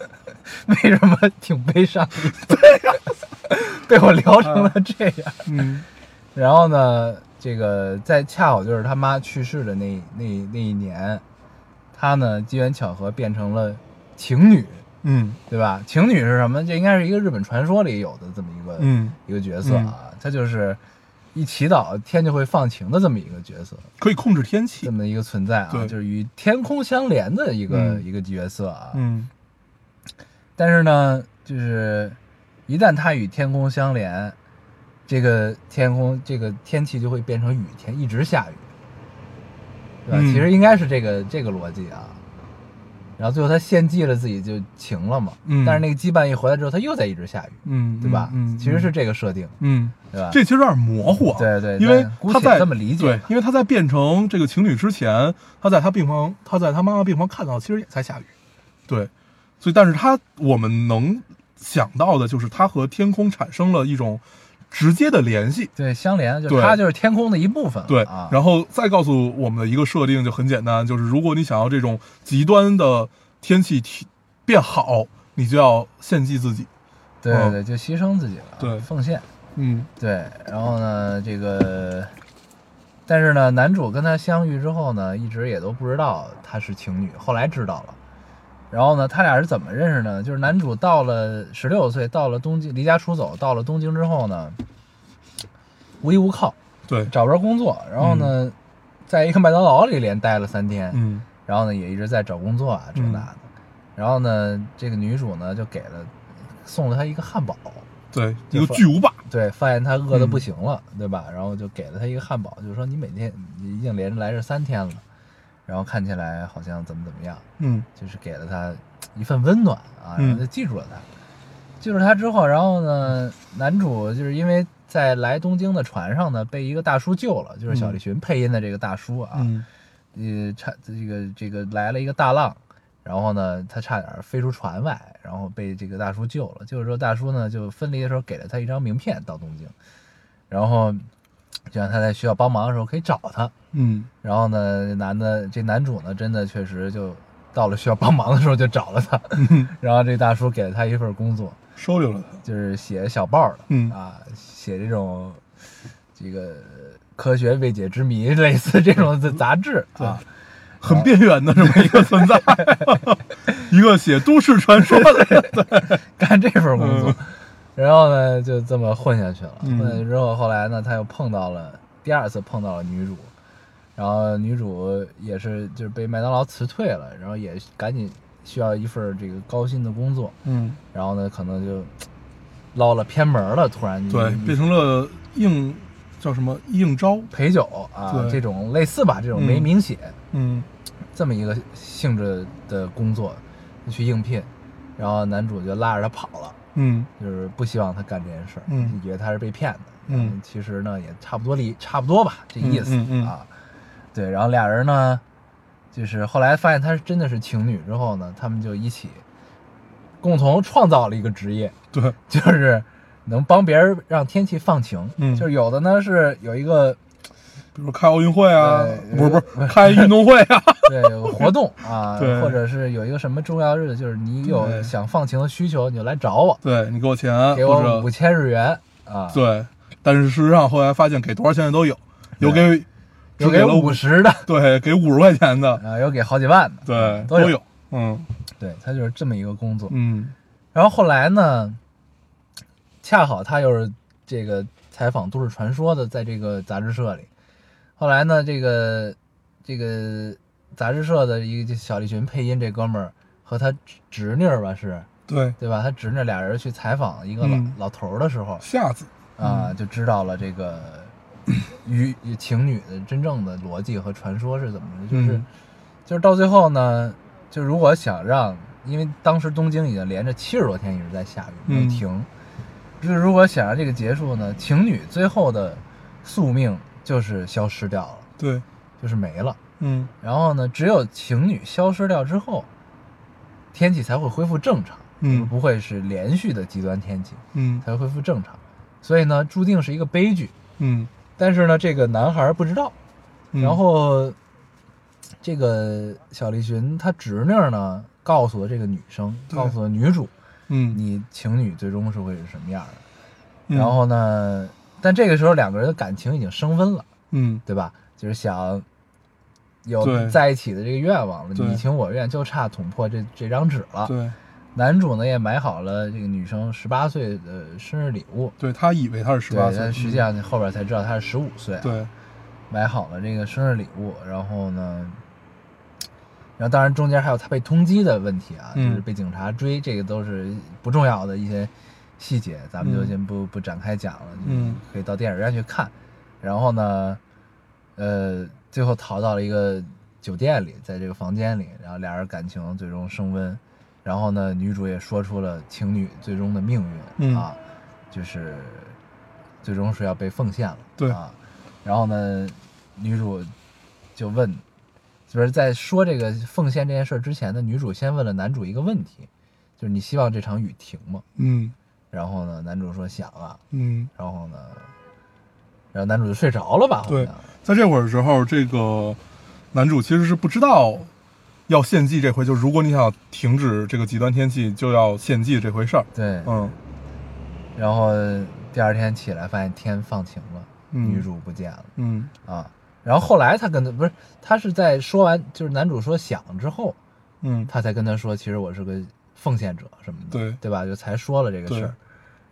Speaker 3: 为什么挺悲伤的？被我聊成了这样。
Speaker 4: 嗯
Speaker 3: 然后呢，这个在恰好就是他妈去世的那那那一年，她呢机缘巧合变成了情侣，
Speaker 4: 嗯
Speaker 3: 对吧？情侣是什么？这应该是一个日本传说里有的这么一个、
Speaker 4: 嗯，
Speaker 3: 一个角色啊，她就是一祈祷天就会放晴的这么一个角色，
Speaker 4: 可以控制天
Speaker 3: 这
Speaker 4: 气，
Speaker 3: 么一个存在啊，
Speaker 4: 对
Speaker 3: 就是与天空相连的一个、
Speaker 4: 嗯
Speaker 3: 一个角色啊。
Speaker 4: 嗯
Speaker 3: 但是呢，就是一旦它与天空相连，这个天空这个天气就会变成雨天，一直下雨，对吧？
Speaker 4: 嗯
Speaker 3: 其实应该是这个这个逻辑啊。然后最后他献祭了自己就晴了嘛，
Speaker 4: 嗯
Speaker 3: 但是那个羁绊一回来之后，他又在一直下雨，
Speaker 4: 嗯，
Speaker 3: 对吧？
Speaker 4: 嗯，嗯
Speaker 3: 其实是这个设定，
Speaker 4: 嗯。
Speaker 3: 对吧？
Speaker 4: 这其实有点模糊啊，
Speaker 3: 对对
Speaker 4: 因为
Speaker 3: 但姑
Speaker 4: 他
Speaker 3: 且
Speaker 4: 在
Speaker 3: 这么理解
Speaker 4: 对
Speaker 3: 吧，
Speaker 4: 因为他在变成这个情侣之前，他在他病房，他在他妈妈病房看到，其实也在下雨，对，所以但是他我们能想到的就是他和天空产生了一种直接的联系，
Speaker 3: 对相连，就
Speaker 4: 对
Speaker 3: 它就是天空的一部分了，
Speaker 4: 对，
Speaker 3: 啊，
Speaker 4: 然后再告诉我们的一个设定就很简单，就是如果你想要这种极端的天气体变好，你就要献祭自己，
Speaker 3: 对
Speaker 4: 嗯
Speaker 3: 对，就牺牲自己了，
Speaker 4: 对
Speaker 3: 奉献，
Speaker 4: 嗯
Speaker 3: 对，然后呢，这个，但是呢，男主跟她相遇之后呢，一直也都不知道她是情侣，后来知道了。然后呢，他俩是怎么认识呢？就是男主到了十六岁，到了东京，离家出走，到了东京之后呢，无依无靠，
Speaker 4: 对，
Speaker 3: 找不着工作。然后呢，在一个麦当劳里连待了三天，
Speaker 4: 嗯
Speaker 3: 然后呢，也一直在找工作啊，这
Speaker 4: 嗯
Speaker 3: 那的。然后呢，这个女主呢，就给了送了他一个汉堡，
Speaker 4: 对，
Speaker 3: 就
Speaker 4: 一个
Speaker 3: 发
Speaker 4: 巨无霸，
Speaker 3: 对，发现他饿的不行了，对吧？然后就给了他一个汉堡，就是说你每天你已经连着来这三天了，然后看起来好像怎么怎么样，
Speaker 4: 嗯
Speaker 3: 就是给了他一份温暖啊，
Speaker 4: 嗯
Speaker 3: 然后就记住了他。记住他之后，然后呢，男主就是因为在来东京的船上呢，被一个大叔救了，就是小栗旬配音的这个大叔啊，
Speaker 4: 嗯
Speaker 3: 呃，差这个这个来了一个大浪，然后呢，他差点飞出船外，然后被这个大叔救了。就是说，大叔呢就分离的时候给了他一张名片到东京，然后就让他在学校帮忙的时候可以找他。
Speaker 4: 嗯
Speaker 3: 然后呢，这男的这男主呢，真的确实就到了需要帮忙的时候就找了他。然后这大叔给了他一份工作，
Speaker 4: 收留了他，
Speaker 3: 就是写小报的，
Speaker 4: 嗯
Speaker 3: 啊，写这种这个科学未解之谜类似这种的杂志啊，
Speaker 4: 很边缘的这么一个存在，一个写都市传说的，
Speaker 3: 干这份工作
Speaker 4: 嗯，
Speaker 3: 然后呢就这么混下去了。
Speaker 4: 嗯
Speaker 3: 混下去之后，后来呢他又碰到了第二次碰到了女主，然后女主也是就是被麦当劳辞退了，然后也赶紧需要一份这个高薪的工作，
Speaker 4: 嗯，
Speaker 3: 然后呢可能就捞了偏门了，突然
Speaker 4: 嗯对，变成了应叫什么应招，
Speaker 3: 陪酒啊
Speaker 4: 对
Speaker 3: 这种类似吧，这种没
Speaker 4: 嗯
Speaker 3: 明显。
Speaker 4: 嗯
Speaker 3: 这么一个性质的工作去应聘，然后男主就拉着他跑了，
Speaker 4: 嗯
Speaker 3: 就是不希望他干这件事儿，
Speaker 4: 嗯
Speaker 3: 以为他是被骗的，
Speaker 4: 嗯，
Speaker 3: 其实呢也差不多理差不多吧，这意思、
Speaker 4: 嗯嗯嗯
Speaker 3: 啊，对，然后俩人呢，就是后来发现他是真的是情侣之后呢，他们就一起共同创造了一个职业，
Speaker 4: 对，
Speaker 3: 就是能帮别人让天气放晴，
Speaker 4: 嗯
Speaker 3: 就是有的呢是有一个
Speaker 4: 比如开奥运会啊
Speaker 3: 对，
Speaker 4: 不是不是开运动会啊，
Speaker 3: 对有活 动啊，
Speaker 4: 对
Speaker 3: 或者是有一个什么重要日子，就是你有
Speaker 4: 对
Speaker 3: 想放晴的需求，你就来找我，
Speaker 4: 对你给我钱，
Speaker 3: 给
Speaker 4: 或
Speaker 3: 我
Speaker 4: 者
Speaker 3: 五千日元啊，
Speaker 4: 对，但是事实上后来发现给多少钱的都有，有给
Speaker 3: 有给
Speaker 4: 只给了
Speaker 3: 五十的
Speaker 4: 对，给五十块钱的，
Speaker 3: 啊，有给好几万的，
Speaker 4: 对，
Speaker 3: 都有。
Speaker 4: 都有，嗯
Speaker 3: 对他就是这么一个工作。
Speaker 4: 嗯
Speaker 3: 然后后来呢，恰好他又是这个采访《都市传说》的，在这个杂志社里。后来呢，这个这个杂志社的一个小栗旬配音这哥们儿和他侄侄女儿吧是。
Speaker 4: 对，
Speaker 3: 对吧？他侄女俩人去采访一个老、
Speaker 4: 嗯
Speaker 3: 老头儿的时候
Speaker 4: 下次
Speaker 3: 啊，
Speaker 4: 嗯
Speaker 3: 就知道了这个与与情侣的真正的逻辑和传说是怎么的，就是、
Speaker 4: 嗯
Speaker 3: 就是到最后呢，就如果想让，因为当时东京已经连着七十多天一直在下雨，没有
Speaker 4: 嗯
Speaker 3: 停，就是如果想让这个结束呢，情侣最后的宿命就是消失掉了，
Speaker 4: 对，
Speaker 3: 就是没了。
Speaker 4: 嗯
Speaker 3: 然后呢，只有情侣消失掉之后，天气才会恢复正常，就
Speaker 4: 嗯
Speaker 3: 是不会是连续的极端天气
Speaker 4: 嗯
Speaker 3: 才会恢复正常。所以呢，注定是一个悲剧。
Speaker 4: 嗯，
Speaker 3: 但是呢，这个男孩不知道。
Speaker 4: 嗯
Speaker 3: 然后，这个小栗旬他侄女呢，告诉了这个女生，
Speaker 4: 对
Speaker 3: 告诉了女主，
Speaker 4: 嗯，
Speaker 3: 你情侣最终是会是什么样的。
Speaker 4: 嗯
Speaker 3: 然后呢，但这个时候两个人的感情已经升温了。
Speaker 4: 嗯
Speaker 3: 对吧？就是想有
Speaker 4: 对
Speaker 3: 在一起的这个愿望了，
Speaker 4: 对
Speaker 3: 你情我愿，就差捅破这这张纸了。
Speaker 4: 对
Speaker 3: 男主呢也买好了这个女生十八岁的生日礼物，
Speaker 4: 对，他以为他是十
Speaker 3: 对，
Speaker 4: 八岁，
Speaker 3: 但实际
Speaker 4: 嗯
Speaker 3: 上后边才知道她是十五岁、啊。，
Speaker 4: 对
Speaker 3: 买好了这个生日礼物，然后呢，然后当然中间还有她被通缉的问题啊，
Speaker 4: 嗯
Speaker 3: 就是被警察追，这个都是不重要的一些细节，咱们就
Speaker 4: 嗯
Speaker 3: 先不、不展开讲了，
Speaker 4: 嗯，
Speaker 3: 可以到电影院去看。然后呢，呃，最后逃到了一个酒店里，在这个房间里，然后俩人感情最终升温。然后呢，女主也说出了情侣最终的命运、
Speaker 4: 嗯
Speaker 3: 啊，就是最终是要被奉献了。
Speaker 4: 对
Speaker 3: 啊，然后呢，女主就问，就是在说这个奉献这件事儿之前呢，女主先问了男主一个问题，就是你希望这场雨停吗？
Speaker 4: 嗯
Speaker 3: 然后呢，男主说想啊，
Speaker 4: 嗯，
Speaker 3: 然后呢，然后男主就睡着了吧？好
Speaker 4: 对
Speaker 3: 像，
Speaker 4: 在这会儿的时候，这个男主其实是不知道要献祭这回，就是如果你想停止这个极端天气，就要献祭这回事儿。
Speaker 3: 对，
Speaker 4: 嗯
Speaker 3: 然后第二天起来发现天放晴了，
Speaker 4: 嗯
Speaker 3: 女主不见了
Speaker 4: 嗯
Speaker 3: 啊。然后后来他跟他不是，他是在说完就是男主说想之后，
Speaker 4: 嗯，
Speaker 3: 他才跟他说，其实我是个奉献者什么的，
Speaker 4: 对
Speaker 3: 对吧？就才说了这个事
Speaker 4: 对
Speaker 3: 儿。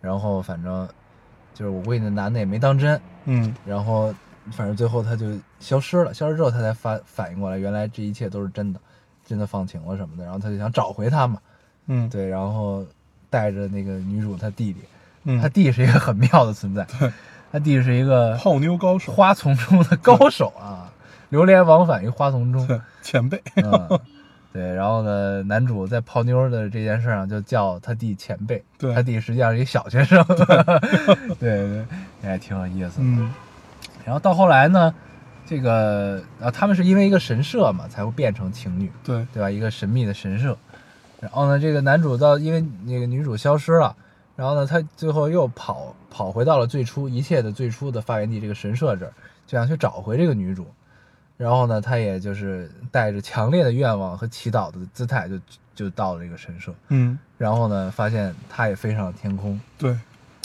Speaker 3: 然后反正就是我估计那男的也没当真，
Speaker 4: 嗯
Speaker 3: 然后反正最后他就消失了，消失之后他才反反应过来，原来这一切都是真的，真的放晴了什么的。然后他就想找回他嘛，
Speaker 4: 嗯
Speaker 3: 对，然后带着那个女主她弟弟，
Speaker 4: 嗯，
Speaker 3: 他弟是一个很妙的存 在，他弟是一个
Speaker 4: 泡妞高手，
Speaker 3: 花丛中的高手啊，流连往返于花丛中。
Speaker 4: 对前辈，
Speaker 3: 嗯，对，然后呢，男主在泡妞的这件事上就叫他弟前辈，
Speaker 4: 对
Speaker 3: 他弟实际上是一小学 生，对哎对对，也还挺有意思的。
Speaker 4: 嗯
Speaker 3: 然后到后来呢，这个啊，他们是因为一个神社嘛，才会变成情侣，
Speaker 4: 对，
Speaker 3: 对吧？一个神秘的神社。然后呢，这个男主到因为那个女主消失了，然后呢，他最后又跑跑回到了最初一切的最初的发源地这个神社这儿，就想去找回这个女主。然后呢，他也就是带着强烈的愿望和祈祷的姿态就，就到了这个神社。
Speaker 4: 嗯，
Speaker 3: 然后呢，发现他也飞上了天空。
Speaker 4: 对。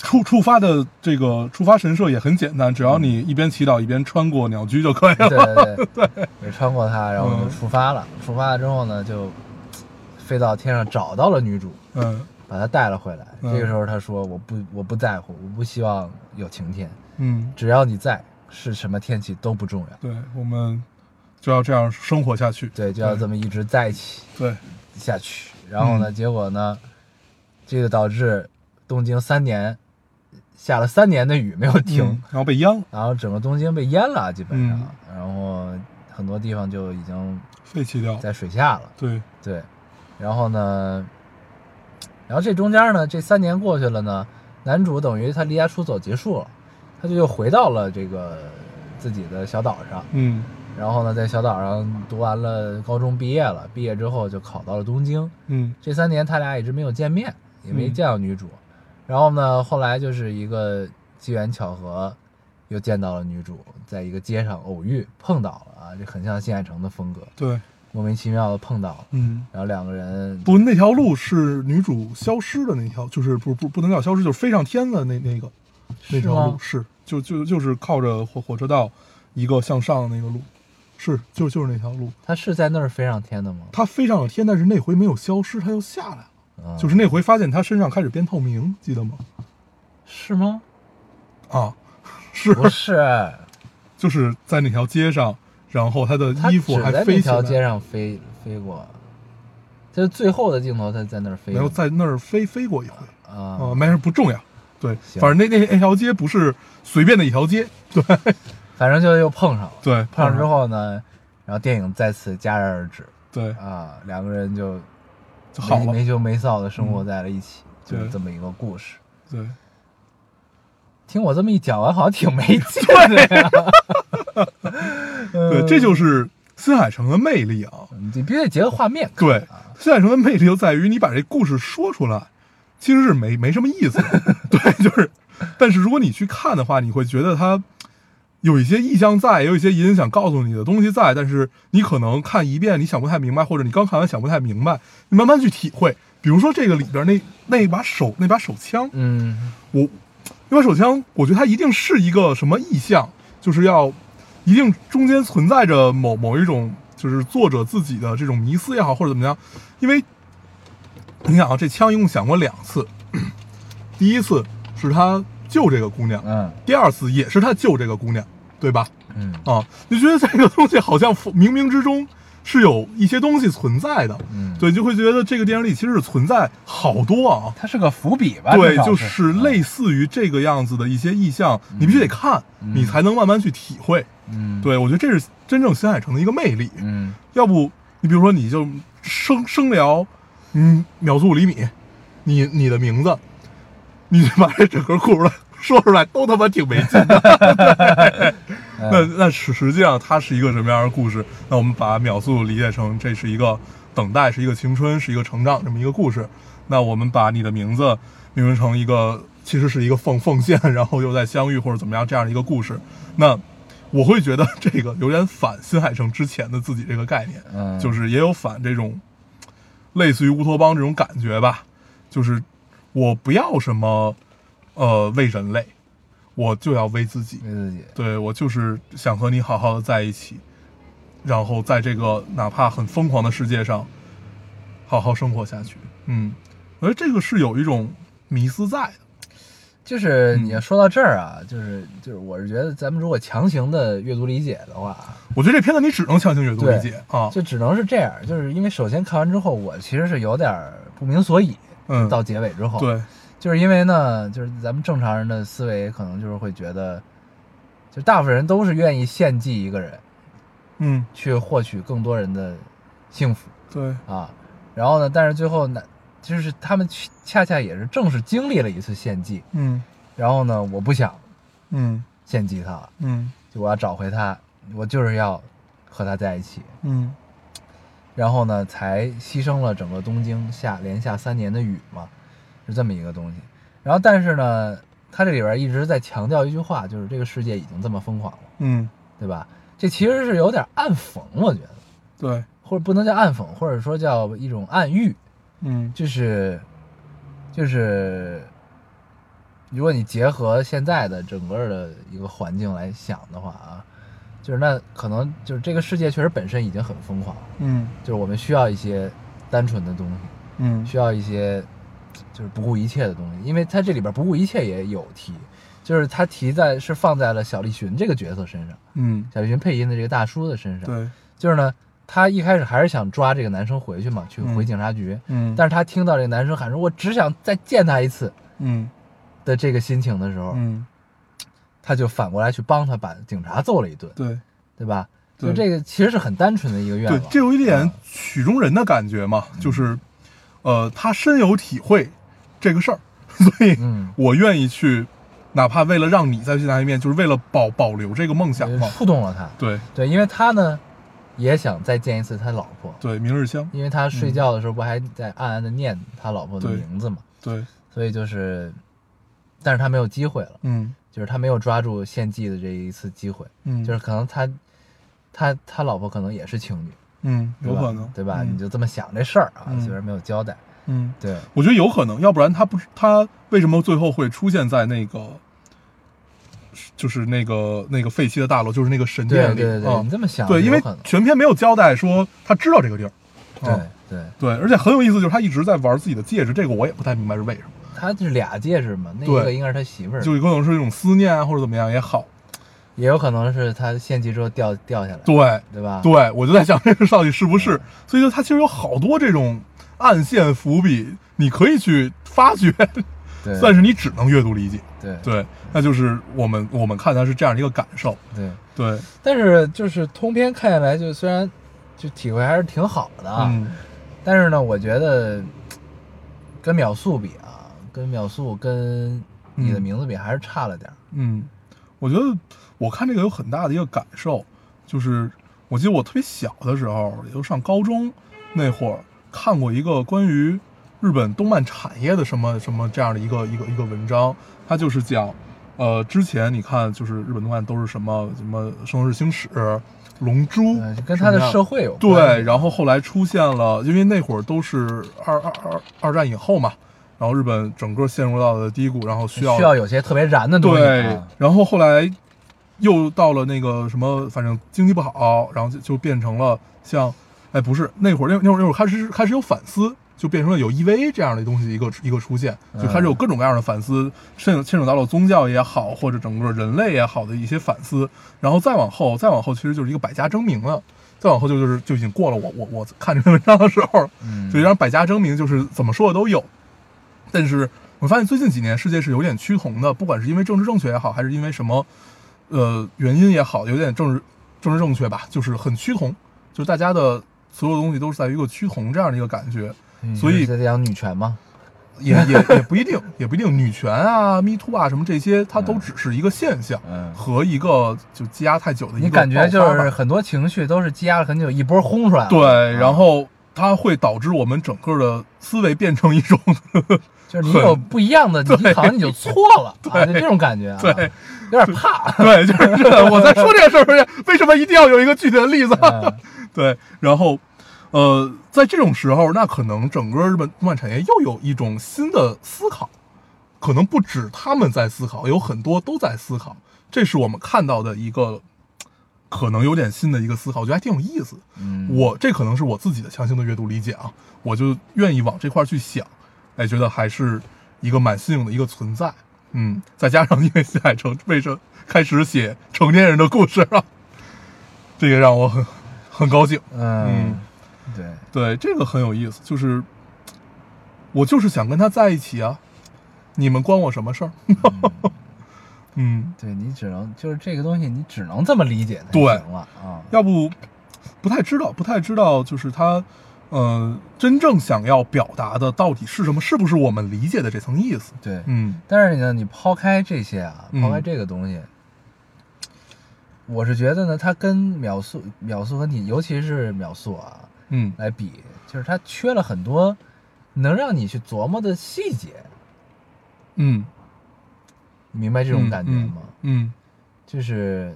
Speaker 4: 触触发的这个触发神社也很简单，只要你一边祈祷一边穿过鸟居就可以了。
Speaker 3: 对对对，也穿过它，然后就
Speaker 4: 嗯
Speaker 3: 出发了。出发了之后呢，就飞到天上找到了女主，
Speaker 4: 嗯
Speaker 3: 把她带了回来。
Speaker 4: 嗯
Speaker 3: 这个时候他说：“我不，我不在乎，我不希望有晴天，
Speaker 4: 嗯，
Speaker 3: 只要你在，是什么天气都不重要。
Speaker 4: 对，我们就要这样生活下去。
Speaker 3: 对，就要这么一直在一起
Speaker 4: 对，
Speaker 3: 下去。”然后
Speaker 4: 嗯
Speaker 3: 呢，结果呢，这个导致东京三年下了三年的雨没有停，
Speaker 4: 嗯然后被殃了，
Speaker 3: 然后整个东京被淹了，基本上，
Speaker 4: 嗯
Speaker 3: 然后很多地方就已经
Speaker 4: 废弃掉。
Speaker 3: 在水下了。
Speaker 4: 对，
Speaker 3: 对，然后呢，然后这中间呢，这三年过去了呢，男主等于他离家出走结束了，他就又回到了这个自己的小岛上，
Speaker 4: 嗯
Speaker 3: 然后呢，在小岛上读完了高中，毕业了，毕业之后就考到了东京。
Speaker 4: 嗯
Speaker 3: 这三年他俩一直没有见面，也没
Speaker 4: 嗯
Speaker 3: 见到女主。然后呢，后来就是一个机缘巧合，又见到了女主，在一个街上偶遇碰到了啊，这很像新海诚的风格，
Speaker 4: 对，
Speaker 3: 莫名其妙的碰到了。
Speaker 4: 嗯，
Speaker 3: 然后两个人
Speaker 4: 不，那条路是女主消失的那条，就是不不不能叫消失，就是飞上天的那那个那条路
Speaker 3: 吗？
Speaker 4: 是，就就就是靠着火火车道一个向上的那个路，是，就就是那条路。
Speaker 3: 他是在那儿飞上天的吗？
Speaker 4: 她飞上了天，但是那回没有消失，她又下来了。
Speaker 3: 啊
Speaker 4: 就是 那回发现她身上开始变透明，记得吗？
Speaker 3: 是吗？
Speaker 4: 啊，是，
Speaker 3: 不 是，
Speaker 4: 就是在那条街上，然后她的
Speaker 3: 他
Speaker 4: 衣
Speaker 3: 只
Speaker 4: 服还
Speaker 3: 在那
Speaker 4: 飞起
Speaker 3: 条街
Speaker 4: 来，
Speaker 3: 上飞飞过，就是最后的镜头，他在那儿飞
Speaker 4: 没
Speaker 3: 过。
Speaker 4: 有在那儿飞飞过一回。
Speaker 3: 啊
Speaker 4: 啊，，没事，不重要。对，
Speaker 3: 行
Speaker 4: 反正那那那条街不是随便的一条街。 对
Speaker 3: 反正就又碰上了。
Speaker 4: 对，嗯
Speaker 3: 碰上之
Speaker 4: 后，
Speaker 3: 后呢，然后电影再次戛然而止
Speaker 4: 对，
Speaker 3: 啊，两个人就
Speaker 4: 就好
Speaker 3: 没
Speaker 4: 了。嗯
Speaker 3: 没羞没臊的生活在了一起，
Speaker 4: 对
Speaker 3: 就是这么一个故事。
Speaker 4: 对，
Speaker 3: 听我这么一讲完，好像 挺没劲的呀。
Speaker 4: 对， 这就是
Speaker 3: 呃
Speaker 4: 新海诚的魅力啊。
Speaker 3: 嗯你必须得结合画面。啊
Speaker 4: 对，新海诚的魅力就在于你把这故事说出来，其实是没没什么意思的。 对，就是，但是如果你去看的话，你会觉得它有一些意象在，有一些隐隐想告诉你的东西在，但是你可能看一遍你想不太明白，或者你刚看完想不太明白，你慢慢去体会。比如说这个里边那那把手那把手枪，
Speaker 3: 嗯，
Speaker 4: 我那把手枪，我觉得它一定是一个什么意象，就是要一定中间存在着某某一种就是作者自己的这种迷思也好，或者怎么样，因为你想啊，这枪一共响过两次，第一次是他救这个姑娘，
Speaker 3: 嗯
Speaker 4: 第二次也是他救这个姑娘，对吧？
Speaker 3: 嗯
Speaker 4: 啊，你觉得这个东西好像冥冥之中是有一些东西存在的，
Speaker 3: 嗯，，
Speaker 4: 对，就会觉得这个电影里其实是存在好多啊，
Speaker 3: 它是个伏笔吧？
Speaker 4: 对
Speaker 3: 至，少
Speaker 4: 就是类似于这个样子的一些意象，你必须得看，
Speaker 3: 嗯
Speaker 4: 你才能慢慢去体会。
Speaker 3: 嗯，
Speaker 4: 对我觉得这是真正新海诚的一个魅力。
Speaker 3: 嗯
Speaker 4: 要不你比如说你就生生聊，嗯，秒速五厘米，你你的名字，你就把这整个故事说出来，都他妈挺没劲的。
Speaker 3: 嗯
Speaker 4: 那那实实际上它是一个什么样的故事？那我们把秒速理解成这是一个等待，是一个青春，是一个成长这么一个故事。那我们把你的名字命名成一个，其实是一个奉奉献，然后又在相遇或者怎么样这样的一个故事。那我会觉得这个有点反新海诚之前的自己这个概念，
Speaker 3: 嗯
Speaker 4: 就是也有反这种类似于乌托邦这种感觉吧，就是我不要什么呃为人类，我就要为自己。
Speaker 3: 嗯为自己，
Speaker 4: 对我就是想和你好好的在一起，然后在这个哪怕很疯狂的世界上，好好生活下去。嗯，我觉得这个是有一种迷思在的。
Speaker 3: 就是
Speaker 4: 嗯
Speaker 3: 你要说到这儿啊，就是就是，我是觉得咱们如果强行的阅读理解的话，啊
Speaker 4: 我觉得这片子你只能强行阅读理解啊，
Speaker 3: 就只能是这样，就是因为首先看完之后，我其实是有点儿不明所以。
Speaker 4: 嗯，
Speaker 3: 到结尾之后，，
Speaker 4: 对，
Speaker 3: 就是因为呢，就是咱们正常人的思维可能就是会觉得，就大部分人都是愿意献祭一个人，
Speaker 4: 嗯，
Speaker 3: 去获取更多人的幸福
Speaker 4: 对，
Speaker 3: 啊。然后呢，但是最后呢，就是他们去恰恰也是正是经历了一次献祭，
Speaker 4: 嗯
Speaker 3: 然后呢，我不想
Speaker 4: 嗯
Speaker 3: 献祭他了，
Speaker 4: 嗯
Speaker 3: 就我要找回他，我就是要和他在一起。
Speaker 4: 嗯
Speaker 3: 然后呢，才牺牲了整个东京下连下三年的雨嘛，是这么一个东西。然后，但是呢，他这里边一直在强调一句话，就是这个世界已经这么疯狂了，
Speaker 4: 嗯，
Speaker 3: 对吧？这其实是有点暗讽，我觉得，
Speaker 4: 对，
Speaker 3: 或者不能叫暗讽，或者说叫一种暗喻，
Speaker 4: 嗯
Speaker 3: 就是就是，如果你结合现在的整个的一个环境来想的话啊，就是那可能就是这个世界确实本身已经很疯狂了。
Speaker 4: 嗯
Speaker 3: 就是我们需要一些单纯的东西，
Speaker 4: 嗯
Speaker 3: 需要一些就是不顾一切的东西，因为他这里边不顾一切也有提，就是他提在是放在了小栗旬这个角色身上，
Speaker 4: 嗯，
Speaker 3: 小栗旬配音的这个大叔的身上，
Speaker 4: 对，
Speaker 3: 就是呢，他一开始还是想抓这个男生回去嘛，去
Speaker 4: 嗯
Speaker 3: 回警察局，
Speaker 4: 嗯，
Speaker 3: 但是他听到这个男生喊说“我只想再见他一次”
Speaker 4: 嗯
Speaker 3: 的这个心情的时候，
Speaker 4: 嗯，
Speaker 3: 他就反过来去帮他把警察揍了一顿，
Speaker 4: 对
Speaker 3: 对吧？
Speaker 4: 对
Speaker 3: 就这个其实是很单纯的一个愿
Speaker 4: 对
Speaker 3: 望，，
Speaker 4: 这有一点
Speaker 3: 嗯
Speaker 4: 曲中人的感觉嘛，就是，呃，他深有体会这个事儿，所以
Speaker 3: 嗯，
Speaker 4: 我愿意去，哪怕为了让你再去见他一面，就是为了保保留这个梦想嘛。
Speaker 3: 触动了他，
Speaker 4: 对
Speaker 3: 对，因为他呢也想再见一次他老婆，
Speaker 4: 对，明日香，
Speaker 3: 因为他睡觉的时候不还在暗暗的念他老婆的
Speaker 4: 嗯对
Speaker 3: 名字嘛，
Speaker 4: 对，
Speaker 3: 所以就是，但是他没有机会了，
Speaker 4: 嗯
Speaker 3: 就是他没有抓住献祭的这一次机会，
Speaker 4: 嗯，
Speaker 3: 就是可能他他他老婆可能也是情侣，
Speaker 4: 嗯，
Speaker 3: 对
Speaker 4: 有
Speaker 3: 吧
Speaker 4: 可能，
Speaker 3: 对吧？
Speaker 4: 嗯
Speaker 3: 你就这么想这事儿啊，
Speaker 4: 嗯
Speaker 3: 虽然没有交代，
Speaker 4: 嗯，
Speaker 3: 对，
Speaker 4: 我觉得有可能，要不然他不是他为什么最后会出现在那个，就是那个那个废弃的大楼，就是那个神
Speaker 3: 对
Speaker 4: 殿
Speaker 3: 对
Speaker 4: 里
Speaker 3: 对对，
Speaker 4: 啊
Speaker 3: 你这么想
Speaker 4: 对，
Speaker 3: 有
Speaker 4: 因为
Speaker 3: 可能
Speaker 4: 全篇没有交代说他知道这个地儿，啊
Speaker 3: 对对，
Speaker 4: 对，而且很有意思，就是他一直在玩自己的戒指，这个我也不太明白是为什么，
Speaker 3: 他是俩戒指嘛，那
Speaker 4: 对
Speaker 3: 个应该是他媳妇儿，
Speaker 4: 就有可能是一种思念啊，或者怎么样也好，
Speaker 3: 也有可能是他献祭之后掉掉下来，
Speaker 4: 对，
Speaker 3: 对吧？
Speaker 4: 对我就在想这个到底是不
Speaker 3: 嗯
Speaker 4: 是，所以就他其实有好多这种暗线伏笔，你可以去发掘，
Speaker 3: 对，
Speaker 4: 但是你只能阅读理解，
Speaker 3: 对对
Speaker 4: 对，那就是我们我们看他是这样一个感受，
Speaker 3: 对。
Speaker 4: 对，
Speaker 3: 但是就是通篇看下来，就虽然就体会还是挺好的啊，
Speaker 4: 嗯
Speaker 3: 但是呢，我觉得嘖跟秒速比啊，跟秒速跟你的名字比还是差了点儿。
Speaker 4: 嗯，我觉得我看这个有很大的一个感受，就是我记得我特别小的时候，也就上高中那会儿，看过一个关于日本动漫产业的什么什么这样的一个一个一个文章，它就是讲，呃，之前你看就是日本动漫都是什么什么《圣斗士星矢》《龙珠》
Speaker 3: 嗯，就跟他的
Speaker 4: 什么样
Speaker 3: 社会有关。啊
Speaker 4: 对，然后后来出现了，因为那会儿都是二二二二战以后嘛，然后日本整个陷入到了低谷，然后需要
Speaker 3: 需要有些特别燃的东西、
Speaker 4: 对
Speaker 3: 啊。，
Speaker 4: 然后后来又到了那个什么，反正经济不好，然后就就变成了像，哎，不是那会儿那那会儿那会儿开始开始有反思，就变成了有 EVA 这样的东西一个一个出现，就开始有各种各样的反思，牵牵扯到了宗教也好，或者整个人类也好的一些反思，然后再往后再往后其实就是一个百家争鸣了。再往后就就是就已经过了我我我看这篇文章的时候了，
Speaker 3: 嗯，
Speaker 4: 所以让百家争鸣，就是怎么说的都有。但是我发现最近几年世界是有点趋同的，不管是因为政治正确也好，还是因为什么呃原因也好，有点政治政治正确吧，就是很趋同，就是大家的所有东西都是在于一个趋同这样的一个感觉，
Speaker 3: 嗯
Speaker 4: 所以
Speaker 3: 你是在讲女权嘛，
Speaker 4: 也也也不一定，也不一定女权啊、Me Too 啊什么这些，它都只是一个现象
Speaker 3: 嗯，
Speaker 4: 和一个就积压太久的一个
Speaker 3: 你感觉就
Speaker 4: 爆发吧
Speaker 3: 是很多情绪都是积压了很久，一波轰出来了。
Speaker 4: 对，
Speaker 3: 啊
Speaker 4: 然后它会导致我们整个的思维变成一种
Speaker 3: 就是你有不一样的，你好像你就错 了，啊，就这种感觉啊，
Speaker 4: 对，
Speaker 3: 有点 怕。啊
Speaker 4: 对，就是这。我在说这个事儿 时候，为什么一定要有一个具体的例子？
Speaker 3: 嗯
Speaker 4: 对，然后，呃，在这种时候，那可能整个日本动漫产业又有一种新的思考，可能不止他们在思考，有很多都在思考。这是我们看到的一个可能有点新的一个思考，我觉得还挺有意思。
Speaker 3: 嗯，
Speaker 4: 我这可能是我自己的强行的阅读理解啊，我就愿意往这块儿去想，哎，觉得还是一个蛮新颖的一个存在。嗯，再加上因为新海诚为什么开始写成年人的故事了，这个让我很很高兴。
Speaker 3: 嗯，对，
Speaker 4: 对，这个很有意思，就是我就是想跟他在一起啊，你们关我什么事儿？ 嗯，
Speaker 3: 对你只能就是这个东西，你只能这么理解才
Speaker 4: 对
Speaker 3: 行了啊。
Speaker 4: 要不不太知道，不太知道，就是他，呃，真正想要表达的到底是什么？是不是我们理解的这层意思？
Speaker 3: 对，
Speaker 4: 嗯
Speaker 3: 但是呢，你抛开这些啊，
Speaker 4: 嗯
Speaker 3: 抛开这个东西，我是觉得呢，它跟秒速、秒速和你，尤其是秒速啊
Speaker 4: 嗯
Speaker 3: 来比，就是它缺了很多能让你去琢磨的细节，
Speaker 4: 嗯，
Speaker 3: 你明白这
Speaker 4: 这
Speaker 3: 种感觉吗？
Speaker 4: 嗯，
Speaker 3: 就是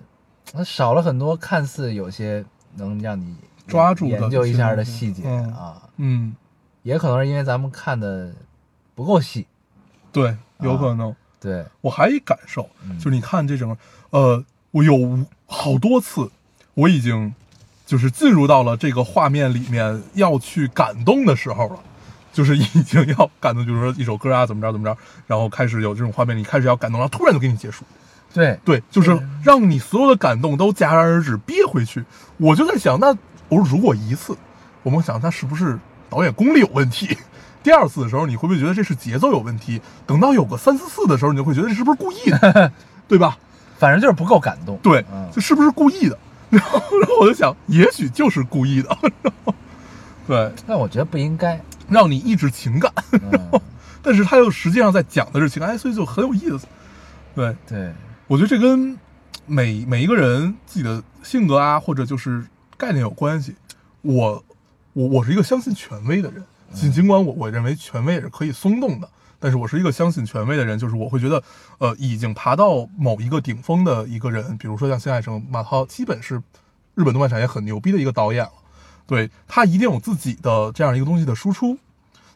Speaker 3: 它少了很多看似有些能让你
Speaker 4: 抓住的
Speaker 3: 研究一下的
Speaker 4: 一些
Speaker 3: 细
Speaker 4: 东西
Speaker 3: 节
Speaker 4: 嗯
Speaker 3: 啊，
Speaker 4: 嗯，
Speaker 3: 也可能是因为咱们看的不够细，
Speaker 4: 嗯对，有可能。
Speaker 3: 对，
Speaker 4: 我还有一感受，
Speaker 3: 啊嗯
Speaker 4: 就是你看这整个，呃，我有无好多次，我已经就是进入到了这个画面里面要去感动的时候了，就是已经要感动，就是说一首歌啊，怎么着怎么着，然后开始有这种画面，你开始要感动，然后突然就给你结束，
Speaker 3: 对，
Speaker 4: 对，就是让你所有的感动都戛然而止，憋回去。我就在想，那我如果一次，我们想他是不是导演功力有问题？第二次的时候，你会不会觉得这是节奏有问题？等到有个三四次的时候，你就会觉得这是不是故意的，对吧？
Speaker 3: 反正就是不够感动，
Speaker 4: 对
Speaker 3: 嗯，
Speaker 4: 这是不是故意的？然后，然后我就想，也许就是故意的。 然后，对，
Speaker 3: 但我觉得不应 该，
Speaker 4: 让你抑制情感，
Speaker 3: 嗯，
Speaker 4: 但是他又实际上在讲的是情感，哎，所以就很有意思。对，
Speaker 3: 对，
Speaker 4: 我觉得这跟每每一个人自己的性格啊，或者就是概念有关系。我我我是一个相信权威的人，
Speaker 3: 嗯
Speaker 4: 尽尽管我我认为权威也是可以松动的，但是我是一个相信权威的人，就是我会觉得，呃，已经爬到某一个顶峰的一个人，比如说像新海诚、马涛，基本是日本动漫产业很牛逼的一个导演了。对他一定有自己的这样一个东西的输出，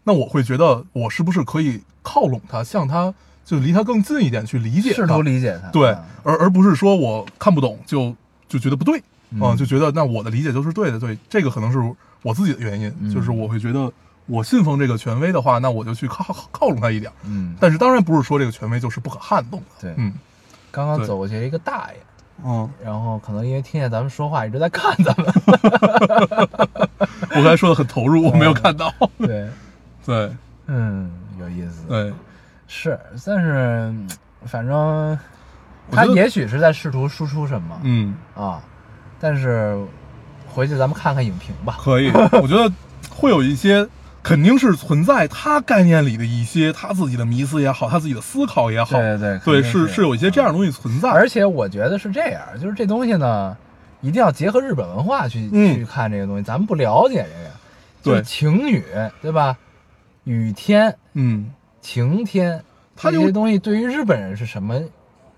Speaker 4: 那我会觉得我是不是可以靠拢他，向他就离他更近一点去理解他，
Speaker 3: 试图理解他，
Speaker 4: 对
Speaker 3: 嗯，
Speaker 4: 而而不是说我看不懂就就觉得不对，
Speaker 3: 嗯
Speaker 4: 啊就觉得那我的理解就是对的，对，这个可能是我自己的原因，
Speaker 3: 嗯
Speaker 4: 就是我会觉得我信奉这个权威的话，那我就去靠靠靠拢他一点，
Speaker 3: 嗯，
Speaker 4: 但是当然不是说这个权威就是不可撼动的，
Speaker 3: 对，哦
Speaker 4: 嗯
Speaker 3: 刚刚
Speaker 4: 对
Speaker 3: 走过去一个大爷，
Speaker 4: 嗯，
Speaker 3: 然后可能因为听见咱们说话一直在看咱们，
Speaker 4: 我刚才说的很投入，我没有看到，
Speaker 3: 对，
Speaker 4: 对
Speaker 3: 嗯，有意思，
Speaker 4: 对，
Speaker 3: 是，但是嗯反正
Speaker 4: 我觉
Speaker 3: 他
Speaker 4: 得
Speaker 3: 也许是在试图输出什么、
Speaker 4: 嗯，
Speaker 3: 啊，但是回去咱们看看影评吧。
Speaker 4: 可以，我觉得会有一些。肯定是存在他概念里的一些他自己的迷思也好，他自己的思考也好，
Speaker 3: 对对
Speaker 4: 对
Speaker 3: 肯定
Speaker 4: 是
Speaker 3: 是嗯
Speaker 4: 是有一些这样的东西存在。
Speaker 3: 而且我觉得是这样，就是这东西呢，一定要结合日本文化去、
Speaker 4: 嗯
Speaker 3: 去看这个东西，咱们不了解这个，就是
Speaker 4: 对
Speaker 3: 晴雨对吧？雨天、
Speaker 4: 嗯，
Speaker 3: 晴天，
Speaker 4: 它
Speaker 3: 这
Speaker 4: 有
Speaker 3: 些东西对于日本人是什么，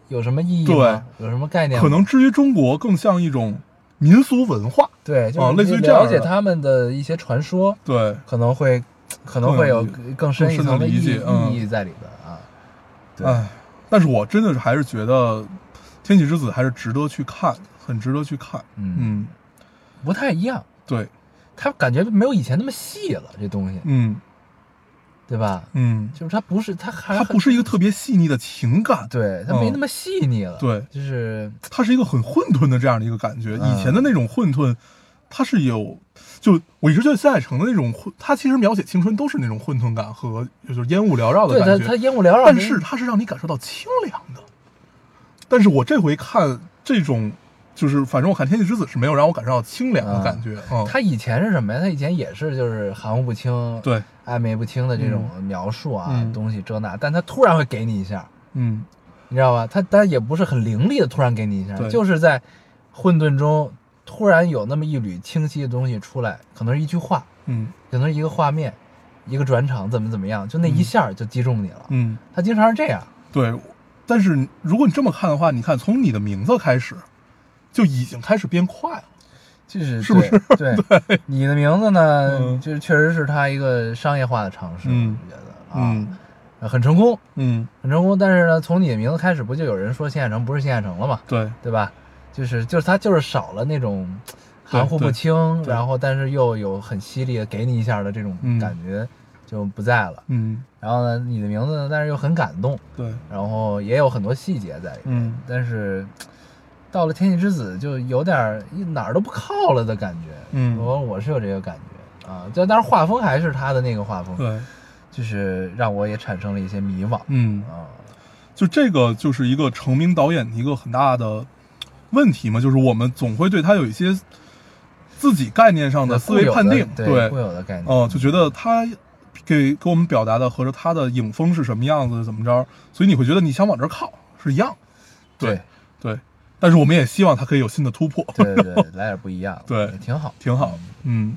Speaker 3: 有什么意义
Speaker 4: 对
Speaker 3: 吗？有什么概念吗？
Speaker 4: 可能至于中国更像一种民俗文化，
Speaker 3: 对，就
Speaker 4: 啊
Speaker 3: 是
Speaker 4: 类似
Speaker 3: 你
Speaker 4: 于这
Speaker 3: 了
Speaker 4: 样
Speaker 3: 解
Speaker 4: 的
Speaker 3: 他们的一些传说，
Speaker 4: 对，
Speaker 3: 可能会可能会有更深一层意
Speaker 4: 更深的理解嗯
Speaker 3: 意义在里边啊。对
Speaker 4: 唉，但是我真的是还是觉得《天气之子》还是值得去看，很值得去看，
Speaker 3: 嗯，
Speaker 4: 嗯，
Speaker 3: 不太一样，
Speaker 4: 对，
Speaker 3: 他感觉没有以前那么细了，这东西，
Speaker 4: 嗯
Speaker 3: 对吧？
Speaker 4: 嗯，
Speaker 3: 就是他不是他还
Speaker 4: 它不是一个特别细腻的情感，
Speaker 3: 对他没那么细腻了，
Speaker 4: 对
Speaker 3: 就是
Speaker 4: 它是一个很混沌的这样的一个感觉。
Speaker 3: 嗯
Speaker 4: 以前的那种混沌，它是有，就我一直觉得新海诚的那种混，他其实描写青春都是那种混沌感和就是烟雾缭绕的
Speaker 3: 对
Speaker 4: 感
Speaker 3: 他
Speaker 4: 觉，
Speaker 3: 他烟雾缭绕，
Speaker 4: 但是它是让你感受到清凉的。但是我这回看这种，就是反正我看《天气之子》是没有让我感受到清凉的感觉，嗯，
Speaker 3: 啊他以前是什么呀？他以前也是就是含糊不清，，
Speaker 4: 对，
Speaker 3: 暧昧不清的这种描述啊，
Speaker 4: 嗯
Speaker 3: 东西这那，但他突然会给你一下，
Speaker 4: 嗯，
Speaker 3: 你知道吧？他他也不是很凌厉的突然给你一下，
Speaker 4: 对
Speaker 3: 就是在混沌中突然有那么一缕清晰的东西出来，可能是一句话，
Speaker 4: 嗯，
Speaker 3: 可能是一个画面，一个转场，怎么怎么样，就那一下就击中你了。
Speaker 4: 嗯，
Speaker 3: 他经常是这样，
Speaker 4: 对。但是如果你这么看的话，你看从你的名字开始，就已经开始变快了，
Speaker 3: 就是
Speaker 4: 是不
Speaker 3: 对 对你的名字呢，
Speaker 4: 嗯
Speaker 3: 就是确实是他一个商业化的尝试，
Speaker 4: 嗯
Speaker 3: 我觉得啊、
Speaker 4: 嗯
Speaker 3: 很成功，
Speaker 4: 嗯，
Speaker 3: 很成功。但是呢，从你的名字开始，不就有人说新海诚不是新海诚了吗？
Speaker 4: 对，
Speaker 3: 对吧？就是就是他就是少了那种
Speaker 4: 对
Speaker 3: 含糊不清，
Speaker 4: 对
Speaker 3: 然后但是又有很犀利的给你一下的这种
Speaker 4: 嗯
Speaker 3: 感觉就不在了。
Speaker 4: 嗯，
Speaker 3: 然后呢，你的名字呢，但是又很感动，
Speaker 4: 对，
Speaker 3: 然后也有很多细节在里面，
Speaker 4: 嗯
Speaker 3: 但是到了天气之子就有点儿一哪儿都不靠了的感觉。
Speaker 4: 嗯
Speaker 3: 我我是有这个感觉啊，就但是画风还是他的那个画风，
Speaker 4: 嗯对，
Speaker 3: 就是让我也产生了一些迷惘
Speaker 4: 嗯，
Speaker 3: 啊。
Speaker 4: 就这个就是一个成名导演的一个很大的问题嘛，就是我们总会对他有一些自己概念上的思维判定，
Speaker 3: 对
Speaker 4: 对，
Speaker 3: 固有的概念，
Speaker 4: 哦、就觉得他给给我们表达的和着他的影风是什么样子，怎么着，所以你会觉得你想往这儿靠是一样。对
Speaker 3: 对
Speaker 4: 对，但是我们也希望它可以有新的突破，
Speaker 3: 对对对，来点不一样的，
Speaker 4: 对
Speaker 3: 也 挺好。
Speaker 4: 挺好。嗯，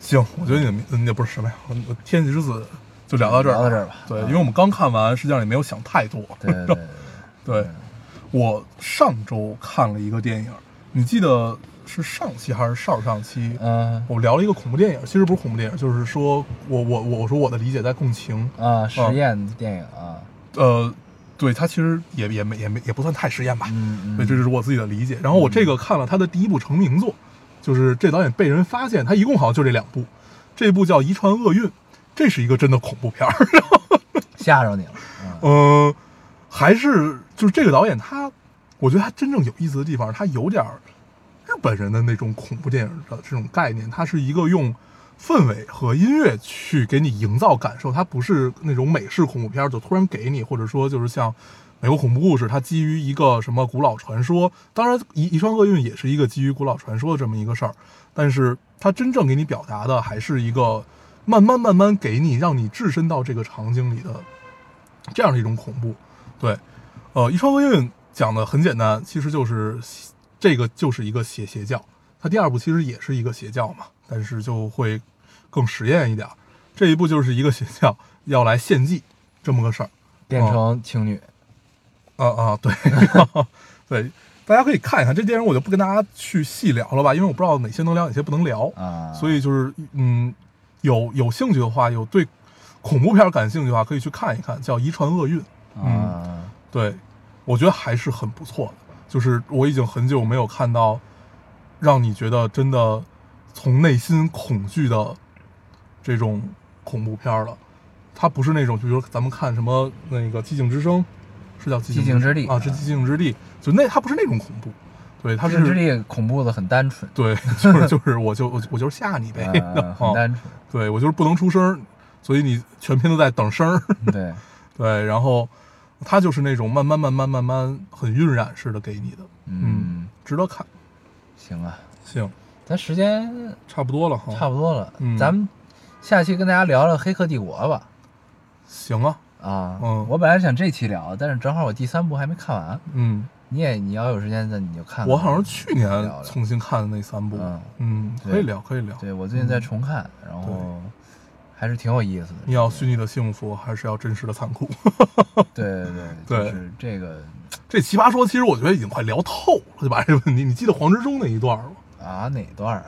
Speaker 4: 行，我觉得你的名你的不是什么呀，我我天气之子就聊到这儿，
Speaker 3: 聊到这儿吧
Speaker 4: 对，
Speaker 3: 嗯
Speaker 4: 因为我们刚看完，实际上也没有想太多。
Speaker 3: 对对对对，
Speaker 4: 对，
Speaker 3: 嗯
Speaker 4: 我上周看了一个电影，你记得是上期还是上上期？
Speaker 3: 嗯
Speaker 4: 我聊了一个恐怖电影，其实不是恐怖电影，就是说我我我我说我的理解在共情，
Speaker 3: 啊，实验电影啊，
Speaker 4: 呃，对，它其实也也没也没也不算太实验吧，
Speaker 3: 嗯
Speaker 4: 对，这
Speaker 3: 嗯，
Speaker 4: 是我自己的理解。然后我这个看了他的第一部成名作，就是这导演被人发现，他一共好像就这两部，这部叫《遗传厄运》，这是一个真的恐怖片儿。
Speaker 3: 吓着你了，嗯
Speaker 4: 嗯，还是就是这个导演他，我觉得他真正有意思的地方，他有点儿日本人的那种恐怖电影的这种概念，它是一个用氛围和音乐去给你营造感受，它不是那种美式恐怖片儿就突然给你，或者说就是像。美国恐怖故事，它基于一个什么古老传说？当然，遗遗传厄运也是一个基于古老传说的这么一个事儿，但是它真正给你表达的还是一个慢慢慢慢给你，让你置身到这个场景里的这样的一种恐怖。对，呃，遗传厄运讲的很简单，其实就是这个就是一个邪邪教，它第二部其实也是一个邪教嘛，但是就会更实验一点儿。这一部就是一个邪教要来献祭这么个事儿。
Speaker 3: 变成情侣，
Speaker 4: 啊啊，对， 对，大家可以看一看这电影，我就不跟大家去细聊了吧，因为我不知道哪些能聊，哪些不能聊。
Speaker 3: 啊，
Speaker 4: 所以就是嗯，有有兴趣的话，有对恐怖片儿感兴趣的话，可以去看一看，叫《遗传厄运》。
Speaker 3: 啊，
Speaker 4: 对，我觉得还是很不错的。就是我已经很久没有看到让你觉得真的从内心恐惧的这种恐怖片儿了。它不是那种，就比如咱们看什么那个《寂静之声》，是叫《寂
Speaker 3: 寂静之地嗯
Speaker 4: 啊，是《寂静之地》，就那它不是那种恐怖，对，它
Speaker 3: 它
Speaker 4: 是
Speaker 3: 之力恐怖的很单 纯，
Speaker 4: 对，就是就是我就我就我就是吓你呗，
Speaker 3: 啊，很单纯，
Speaker 4: 对我就是不能出声儿，所以你全篇都在等声儿。
Speaker 3: 对，
Speaker 4: 对，然后它就是那种慢慢慢慢慢慢很晕染式的给你的，
Speaker 3: 嗯，
Speaker 4: 值得看。
Speaker 3: 行啊，
Speaker 4: 行，
Speaker 3: 咱时间
Speaker 4: 差不多了哈，
Speaker 3: 差不多了，
Speaker 4: 嗯
Speaker 3: 咱们下期跟大家聊聊《黑客帝国》吧。
Speaker 4: 行啊，
Speaker 3: 啊，
Speaker 4: 嗯
Speaker 3: 我本来想这期聊，但是正好我第三部还没看完，
Speaker 4: 嗯，
Speaker 3: 你也你要有时间，那你就看看。
Speaker 4: 我好像是去年
Speaker 3: 聊聊
Speaker 4: 重新看的那三部
Speaker 3: 嗯，
Speaker 4: 嗯，
Speaker 3: 对
Speaker 4: 可以聊，可以聊。
Speaker 3: 对我最近在重看，然后还是挺有意思的。
Speaker 4: 嗯你要虚拟的幸福，还是要真实的残酷？
Speaker 3: 对对对，
Speaker 4: 对
Speaker 3: 就是这个
Speaker 4: 这奇葩说，其实我觉得已经快聊透了，就把这个问题。你记得黄执中那一段吗？
Speaker 3: 啊哪段儿啊？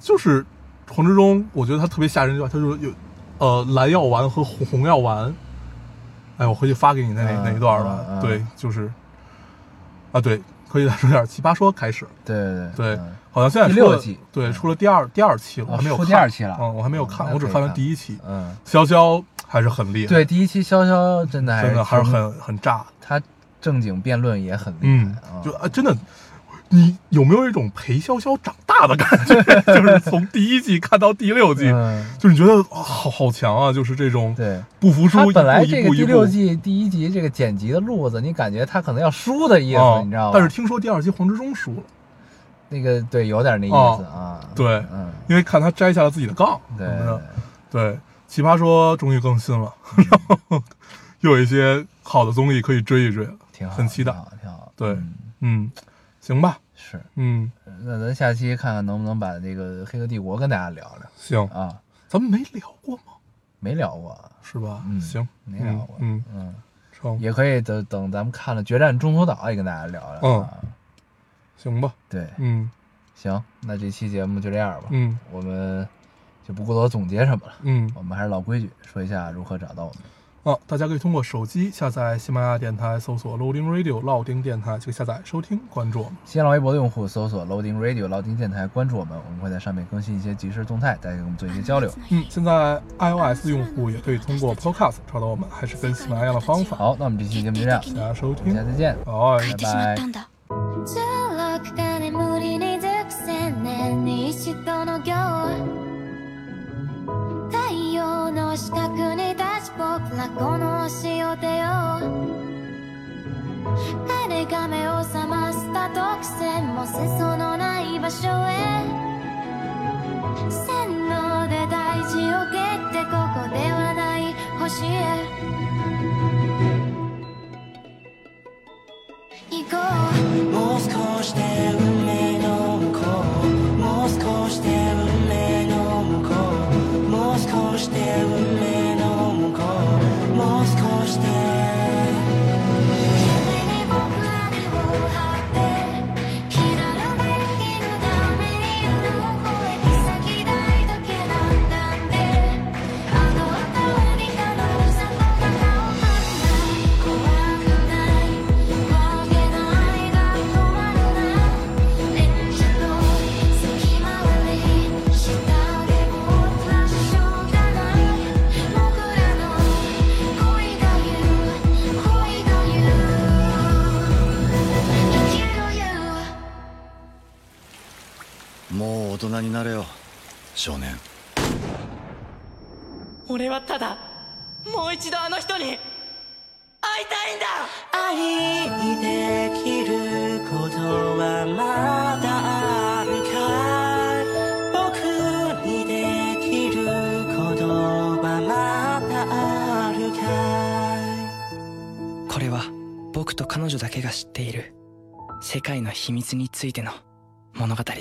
Speaker 4: 就是黄执中，我觉得他特别吓人的地方，他就是有呃蓝药丸和红红药丸。哎，我回去发给你那那
Speaker 3: 嗯
Speaker 4: 那一段吧。
Speaker 3: 嗯嗯
Speaker 4: 对，就是啊，对，可以再说点《奇葩说》开始。
Speaker 3: 对对
Speaker 4: 对
Speaker 3: 嗯，
Speaker 4: 好像现在
Speaker 3: 第
Speaker 4: 出
Speaker 3: 六
Speaker 4: 了
Speaker 3: 季
Speaker 4: 对，
Speaker 3: 嗯
Speaker 4: 出了第二第二期了，我
Speaker 3: 啊
Speaker 4: 还没有
Speaker 3: 出
Speaker 4: 看
Speaker 3: 第二期了
Speaker 4: 嗯，我还没有看，
Speaker 3: 嗯
Speaker 4: 我只看
Speaker 3: 那可以
Speaker 4: 完
Speaker 3: 看
Speaker 4: 第一期。
Speaker 3: 嗯，
Speaker 4: 潇潇还是很厉害，
Speaker 3: 对，第一期潇潇真的还
Speaker 4: 真的还是
Speaker 3: 挺
Speaker 4: 很很炸。
Speaker 3: 他正经辩论也很厉
Speaker 4: 嗯
Speaker 3: 害啊，，
Speaker 4: 就啊，真的，你有没有一种陪潇潇长大的感觉？ 就是从第一季看到第六季，
Speaker 3: 嗯，
Speaker 4: 就是你觉得哇好好强啊！就是这种
Speaker 3: 对。
Speaker 4: 不服输，
Speaker 3: 他
Speaker 4: 一
Speaker 3: 本来
Speaker 4: 步
Speaker 3: 这
Speaker 4: 一
Speaker 3: 个
Speaker 4: 步
Speaker 3: 第
Speaker 4: 一
Speaker 3: 六
Speaker 4: 步。
Speaker 3: 季第一集这个剪辑的路子，你感觉他可能要输的意思，
Speaker 4: 啊
Speaker 3: 你知道吗？嗯
Speaker 4: 但是听说第二季黄执中输了，
Speaker 3: 那个对，有点那意
Speaker 4: 哦
Speaker 3: 思啊。
Speaker 4: 对
Speaker 3: 嗯，
Speaker 4: 因为看他摘下了自己的杠
Speaker 3: 对
Speaker 4: 什么的。对，奇葩说终于更新了， 又有一些好的综艺可以追一追。
Speaker 3: 挺好，
Speaker 4: 很期待
Speaker 3: 挺好，挺好。
Speaker 4: 对
Speaker 3: 嗯
Speaker 4: 嗯，行吧，
Speaker 3: 是。
Speaker 4: 嗯，
Speaker 3: 那咱下期看看能不能把这个《黑客帝国》跟大家聊聊
Speaker 4: 行，
Speaker 3: 啊，
Speaker 4: 咱们没聊过吗？
Speaker 3: 没聊过，
Speaker 4: 是吧？
Speaker 3: 嗯
Speaker 4: 行，
Speaker 3: 没聊过，
Speaker 4: 嗯，
Speaker 3: 嗯，
Speaker 4: 成，
Speaker 3: 也可以等等咱们看了《决战中途岛》也跟大家聊聊。
Speaker 4: 嗯
Speaker 3: 啊，
Speaker 4: 行吧，
Speaker 3: 对，
Speaker 4: 嗯
Speaker 3: 行，那这期节目就这样吧，
Speaker 4: 嗯
Speaker 3: 我们就不过多总结什么了，
Speaker 4: 嗯，
Speaker 3: 我们还是老规矩，说一下如何找到我们。
Speaker 4: 啊，大家可以通过手机下载喜马拉雅电台，搜索 Loading Radio 老丁电台就可以下载收听，关注我们。
Speaker 3: 新浪微博的用户搜索 Loading Radio 老丁电台，关注我们，我们会在上面更新一些即时动态，大家跟我们做一些交流。
Speaker 4: 嗯，现在 iOS 用户也可以通过 Podcast 找到我们，还是跟喜马拉雅的方法。
Speaker 3: 好，那我们这期节目就这样，
Speaker 4: 大家收
Speaker 3: 大
Speaker 4: 听
Speaker 3: 家，再见。
Speaker 4: 好，
Speaker 2: 그때 신었단다.
Speaker 5: 졸업간에 물이 내득세네 네 씻던 어겨워太陽の四角に立ち僕らこの星を出よう彼が目を覚ました特線も戦争のない場所へ線路で大事を蹴ってここではない星へ行こう
Speaker 2: もう少
Speaker 6: 運命の向こうもう少しで
Speaker 5: 「夢に僕は根を張って」「ひららめきのために夜を越え」「岬ないだけなんだって」「あの音にかのうさとが顔がない」「怖くない」「焦げないが止まるな」「電車の隙間割り」「下で僕らしょうがない」「僕らの恋が言う恋が言う」「生きるよ」
Speaker 7: もう大人になれよ少年
Speaker 6: 俺はただもう一度あの人に会いたいんだ愛できることはまだあるかい僕にできることはまだあるか
Speaker 8: これは僕と彼女だけが知っている世界の秘密についての物語だ